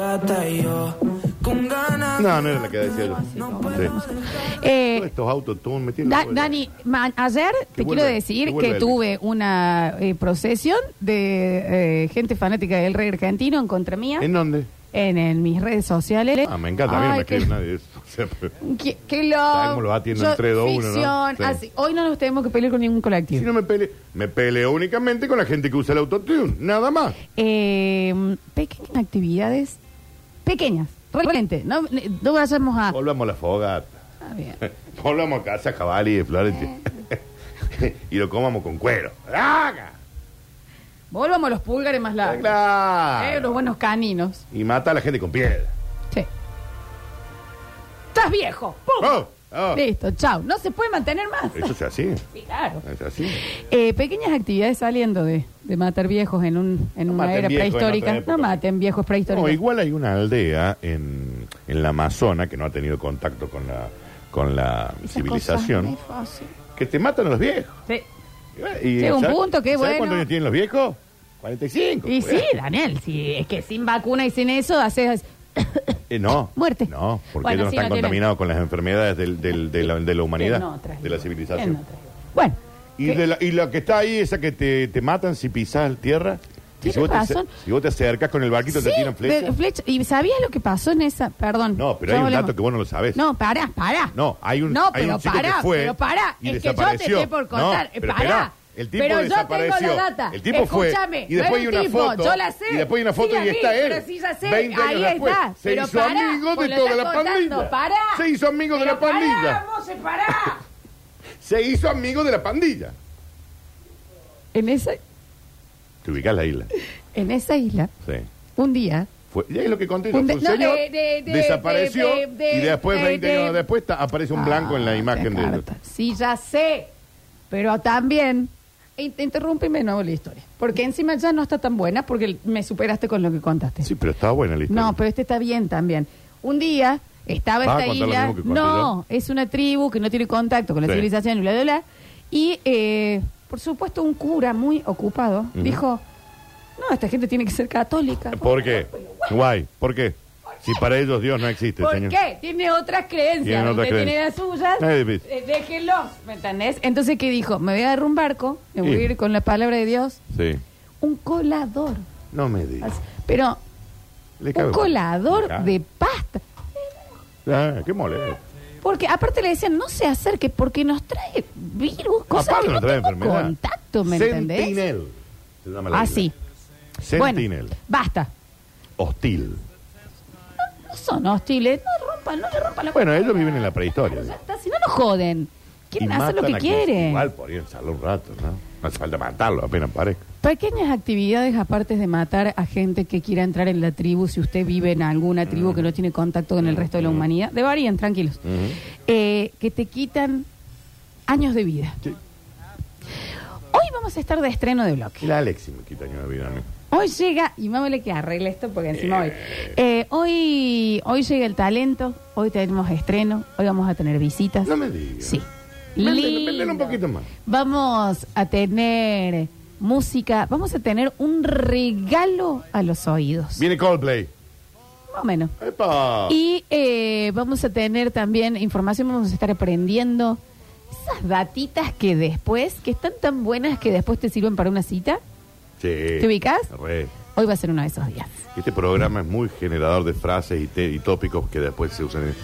[SPEAKER 3] No, no era la que decía yo. Sí.
[SPEAKER 2] Eh,
[SPEAKER 3] Todos estos autos tú me tienen
[SPEAKER 2] Da-
[SPEAKER 3] la bola.
[SPEAKER 2] Dani, man, ayer te
[SPEAKER 3] vuelva-
[SPEAKER 2] quiero decir
[SPEAKER 3] que
[SPEAKER 2] que,
[SPEAKER 3] vuelva Elvis.
[SPEAKER 2] tuve una eh, procesión de eh, gente fanática del rey argentino en contra mía
[SPEAKER 3] ¿En
[SPEAKER 2] en,
[SPEAKER 3] dónde?
[SPEAKER 2] en mis redes sociales.
[SPEAKER 3] Ah, me encanta. A mí no
[SPEAKER 2] Ay,
[SPEAKER 3] me
[SPEAKER 2] qué-
[SPEAKER 3] escribe nadie. eso. O sea, pero-
[SPEAKER 2] Qué, qué lo-
[SPEAKER 3] Sabes cómo los atienden
[SPEAKER 2] yo-
[SPEAKER 3] entre dos, uno, ¿no?
[SPEAKER 2] ficción,
[SPEAKER 3] Sí.
[SPEAKER 2] así. Hoy no nos tenemos que pelear con ningún
[SPEAKER 3] si
[SPEAKER 2] colectivo.
[SPEAKER 3] no me peleo, me peleo únicamente con la gente que usa el autotune. Nada más.
[SPEAKER 2] Eh, pequeñas actividades, pequeñas, realmente. No, no vayamos a...
[SPEAKER 3] Volvamos a la fogata.
[SPEAKER 2] Ah, bien.
[SPEAKER 3] Volvamos a casa, Cavalli de Florencia. y lo comamos con cuero. ¡Haga!
[SPEAKER 2] Volvamos a los pulgares más largos. Eh, los
[SPEAKER 3] ¡Claro!
[SPEAKER 2] buenos caninos.
[SPEAKER 3] Y mata a la gente con piedra.
[SPEAKER 2] Sí. Estás viejo. ¡Pum!
[SPEAKER 3] ¡Oh! ¡Oh!
[SPEAKER 2] Listo, chao. No se puede mantener más.
[SPEAKER 3] Eso es así.
[SPEAKER 2] Sí, claro.
[SPEAKER 3] Es así.
[SPEAKER 2] Eh, pequeñas actividades saliendo de, de matar viejos en, un, en
[SPEAKER 3] No
[SPEAKER 2] una
[SPEAKER 3] maten
[SPEAKER 2] era
[SPEAKER 3] viejos en
[SPEAKER 2] prehistórica.
[SPEAKER 3] otra época.
[SPEAKER 2] no maten viejos
[SPEAKER 3] No,
[SPEAKER 2] prehistóricos.
[SPEAKER 3] igual hay una aldea en, en la Amazona que no ha tenido contacto con la, con la
[SPEAKER 2] Esas eh.
[SPEAKER 3] civilización,
[SPEAKER 2] cosas no es fácil.
[SPEAKER 3] que te matan a los viejos.
[SPEAKER 2] Sí.
[SPEAKER 3] Y,
[SPEAKER 2] Llega un
[SPEAKER 3] ¿sabes-
[SPEAKER 2] punto que,
[SPEAKER 3] ¿sabes
[SPEAKER 2] bueno.
[SPEAKER 3] cuántos años tienen los viejos? 45.
[SPEAKER 2] Y sí,
[SPEAKER 3] cuidado.
[SPEAKER 2] Daniel, sí, es que sin vacuna y sin eso haces...
[SPEAKER 3] Eh, no.
[SPEAKER 2] Muerte.
[SPEAKER 3] No, porque
[SPEAKER 2] Bueno,
[SPEAKER 3] ellos no
[SPEAKER 2] sí,
[SPEAKER 3] están
[SPEAKER 2] no tienen.
[SPEAKER 3] contaminados con las enfermedades del- del- de, la, de la humanidad,
[SPEAKER 2] En otras.
[SPEAKER 3] de la
[SPEAKER 2] En
[SPEAKER 3] civilización.
[SPEAKER 2] otras. Bueno.
[SPEAKER 3] Y,
[SPEAKER 2] que-
[SPEAKER 3] de la, y la que está ahí, esa que te, te matan si pisas tierra. Y
[SPEAKER 2] Tienes
[SPEAKER 3] si, vos te, acer-
[SPEAKER 2] razón.
[SPEAKER 3] si vos te acercas con el barquito,
[SPEAKER 2] Sí,
[SPEAKER 3] te tiran flechas.
[SPEAKER 2] de- flecha. ¿Y sabías lo que pasó en esa? Perdón.
[SPEAKER 3] No, pero
[SPEAKER 2] ya
[SPEAKER 3] hay un
[SPEAKER 2] volvemos.
[SPEAKER 3] dato que vos no lo sabés.
[SPEAKER 2] No, pará, pará.
[SPEAKER 3] No, hay un,
[SPEAKER 2] No,
[SPEAKER 3] hay
[SPEAKER 2] pero
[SPEAKER 3] un chico
[SPEAKER 2] pará,
[SPEAKER 3] que fue
[SPEAKER 2] pero pará.
[SPEAKER 3] y
[SPEAKER 2] es que yo te
[SPEAKER 3] desapareció.
[SPEAKER 2] estoy por contar.
[SPEAKER 3] No,
[SPEAKER 2] Eh,
[SPEAKER 3] pero
[SPEAKER 2] pará.
[SPEAKER 3] esperá, el tipo
[SPEAKER 2] pero
[SPEAKER 3] desapareció.
[SPEAKER 2] yo tengo la data.
[SPEAKER 3] El tipo fue,
[SPEAKER 2] Escúchame,
[SPEAKER 3] y después
[SPEAKER 2] no
[SPEAKER 3] hay
[SPEAKER 2] era
[SPEAKER 3] una
[SPEAKER 2] un tipo,
[SPEAKER 3] foto,
[SPEAKER 2] Yo la sé.
[SPEAKER 3] y después hay una foto
[SPEAKER 2] Sí la
[SPEAKER 3] y
[SPEAKER 2] vi,
[SPEAKER 3] está él.
[SPEAKER 2] Pero sí ya sé.
[SPEAKER 3] 20 años
[SPEAKER 2] ahí
[SPEAKER 3] después,
[SPEAKER 2] está.
[SPEAKER 3] se
[SPEAKER 2] pero
[SPEAKER 3] hizo
[SPEAKER 2] pará,
[SPEAKER 3] amigo de
[SPEAKER 2] vos lo
[SPEAKER 3] toda
[SPEAKER 2] estás
[SPEAKER 3] la pandilla.
[SPEAKER 2] contando, Pará.
[SPEAKER 3] Se hizo amigo de
[SPEAKER 2] Pero
[SPEAKER 3] la pandilla.
[SPEAKER 2] Pará, Mose, pará.
[SPEAKER 3] Se hizo amigo de la pandilla.
[SPEAKER 2] en, esa,
[SPEAKER 3] Te ubicás la isla.
[SPEAKER 2] en esa isla,
[SPEAKER 3] Sí.
[SPEAKER 2] un día...
[SPEAKER 3] Fue, y es lo que conté. yo.
[SPEAKER 2] Un de-
[SPEAKER 3] Fue un
[SPEAKER 2] no,
[SPEAKER 3] señor
[SPEAKER 2] de- de- de-
[SPEAKER 3] desapareció
[SPEAKER 2] de- de-
[SPEAKER 3] y después,
[SPEAKER 2] de-
[SPEAKER 3] 20 años
[SPEAKER 2] de-
[SPEAKER 3] después, ta- aparece un blanco en la
[SPEAKER 2] Ah,
[SPEAKER 3] imagen
[SPEAKER 2] qué
[SPEAKER 3] de
[SPEAKER 2] carta. Sí, ya sé, pero también... in- Interrúmpeme de nuevo la historia. Porque encima ya no está tan buena porque me superaste con lo que contaste.
[SPEAKER 3] Sí, pero estaba buena la historia.
[SPEAKER 2] No, pero este está bien también. Un día estaba
[SPEAKER 3] ¿Vas a
[SPEAKER 2] esta
[SPEAKER 3] contar lo
[SPEAKER 2] isla.
[SPEAKER 3] mismo que conté
[SPEAKER 2] No, es una tribu que no tiene contacto con la
[SPEAKER 3] Sí.
[SPEAKER 2] civilización, bla, bla, bla. Y, eh, por supuesto, un cura muy ocupado
[SPEAKER 3] Ujú. Eh,
[SPEAKER 2] dijo: No, esta gente tiene que ser católica.
[SPEAKER 3] ¿Por qué? Guay, ¿por qué? Si para ellos Dios no existe,
[SPEAKER 2] ¿Por
[SPEAKER 3] Este, señor.
[SPEAKER 2] qué? Tiene otras creencias.
[SPEAKER 3] Tienen otras
[SPEAKER 2] Usted tiene las
[SPEAKER 3] creencias.
[SPEAKER 2] suyas.
[SPEAKER 3] Nadie dice.
[SPEAKER 2] eh, déjenlos, ¿me entendés? Entonces, ¿qué dijo? Me voy a agarrar un barco, me voy
[SPEAKER 3] Sí.
[SPEAKER 2] a ir con la palabra de Dios.
[SPEAKER 3] Sí.
[SPEAKER 2] Un colador.
[SPEAKER 3] No me digas.
[SPEAKER 2] Así- Pero,
[SPEAKER 3] Le cabe-
[SPEAKER 2] un colador
[SPEAKER 3] Le cabe.
[SPEAKER 2] de pasta.
[SPEAKER 3] Ah, qué molesto.
[SPEAKER 2] Porque aparte le decían, no se acerque porque nos trae virus, cosas
[SPEAKER 3] Aparte
[SPEAKER 2] que no
[SPEAKER 3] trae
[SPEAKER 2] tengo
[SPEAKER 3] enfermedad.
[SPEAKER 2] contacto, ¿me entendés? Ah,
[SPEAKER 3] Sentinel. Se llama la
[SPEAKER 2] Así.
[SPEAKER 3] isla. Sentinel.
[SPEAKER 2] Bueno, basta.
[SPEAKER 3] Hostil.
[SPEAKER 7] No son hostiles, no rompan, no le rompan la
[SPEAKER 3] Bueno,
[SPEAKER 7] cuerda.
[SPEAKER 3] ellos viven en la prehistoria.
[SPEAKER 7] Ya
[SPEAKER 3] digo.
[SPEAKER 7] está, Si no, no joden. Quieren
[SPEAKER 3] Y
[SPEAKER 7] hacer lo
[SPEAKER 3] matan
[SPEAKER 7] que
[SPEAKER 3] a quien-
[SPEAKER 7] quieren.
[SPEAKER 3] Igual podrían salir un rato, ¿no? No hace falta matarlo, apenas parezca.
[SPEAKER 2] Pequeñas actividades aparte de matar a gente que quiera entrar en la tribu, si usted vive en alguna tribu que no tiene contacto con el resto de la humanidad, deberían, tranquilos,
[SPEAKER 3] Ujú.
[SPEAKER 2] Eh, que te quitan años de vida.
[SPEAKER 3] Sí.
[SPEAKER 2] Hoy vamos a estar de estreno de bloque.
[SPEAKER 3] Y la Alexi me quita años de vida a mí.
[SPEAKER 2] Hoy llega, y mámele que arregle esto porque encima hoy. Eh, hoy, hoy llega el talento, hoy tenemos estreno, hoy vamos a tener visitas.
[SPEAKER 3] No me digas.
[SPEAKER 2] Sí.
[SPEAKER 3] Méndelo-
[SPEAKER 2] Lindo.
[SPEAKER 3] méndelo un poquito más.
[SPEAKER 2] Vamos a tener música, vamos a tener un regalo a los oídos.
[SPEAKER 3] Viene Coldplay.
[SPEAKER 2] Más o menos.
[SPEAKER 3] ¡Epa!
[SPEAKER 2] Y eh, vamos a tener también información, vamos a estar aprendiendo esas datitas que después, que están tan buenas que después te sirven para una cita.
[SPEAKER 3] Sí.
[SPEAKER 2] ¿Te ubicas?
[SPEAKER 3] Re.
[SPEAKER 2] Hoy va a ser uno de esos días.
[SPEAKER 3] Este programa es muy generador de frases y, te- y tópicos que después se usan en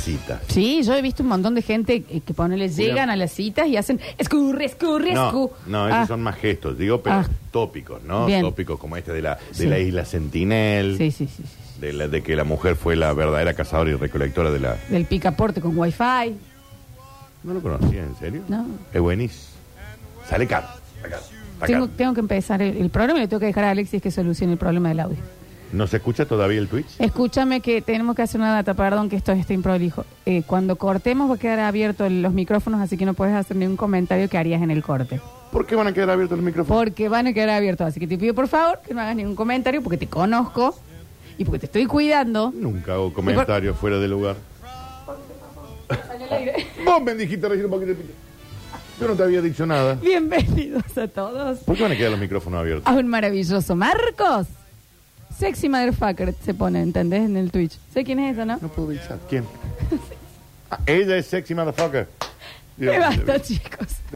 [SPEAKER 3] citas.
[SPEAKER 2] Sí, yo he visto un montón de gente eh, que ponele, llegan a las citas y hacen escurre, escurre,
[SPEAKER 3] No,
[SPEAKER 2] escu.
[SPEAKER 3] no, esos
[SPEAKER 2] Ah,
[SPEAKER 3] son más gestos, digo, pero
[SPEAKER 2] Ah.
[SPEAKER 3] tópicos, ¿no?
[SPEAKER 2] Bien.
[SPEAKER 3] Tópicos como este de la, de
[SPEAKER 2] Sí.
[SPEAKER 3] la isla Sentinel,
[SPEAKER 2] Sí, sí, sí, sí, sí.
[SPEAKER 3] de, la, de que la mujer fue la verdadera cazadora y recolectora de la...
[SPEAKER 2] Del picaporte con wifi.
[SPEAKER 3] No lo conocía, ¿en serio?
[SPEAKER 2] No.
[SPEAKER 3] Es buenísimo. Sale caro. está caro, está
[SPEAKER 2] Tengo,
[SPEAKER 3] caro.
[SPEAKER 2] tengo que empezar el, el problema y le tengo que dejar a Alexis que solucione el problema del audio.
[SPEAKER 3] ¿No se escucha todavía el Twitch?
[SPEAKER 2] Eh. Escúchame que tenemos que hacer una data, perdón que esto está improlijo. Eh, cuando cortemos va a quedar abierto el- los micrófonos, así que no puedes hacer ningún comentario que harías en el corte.
[SPEAKER 3] ¿Por qué van a quedar abiertos los micrófonos?
[SPEAKER 2] Porque van a quedar abiertos, así que te pido por favor que no hagas ningún comentario porque te conozco y porque te estoy cuidando.
[SPEAKER 3] Nunca hago comentarios fuera de lugar. Vos me dijiste recién un poquito de pito. Yo no te había dicho nada.
[SPEAKER 2] Bienvenidos a todos
[SPEAKER 3] ¿Por qué van a quedar los micrófonos abiertos?
[SPEAKER 2] a un maravilloso Marcos. Sexy Motherfucker se pone, ¿entendés? En el Twitch. ¿Sé quién es eso, no?
[SPEAKER 3] No puedo pensar. ¿Quién? Ah, ella es sexy motherfucker.
[SPEAKER 2] Me basta, chicos.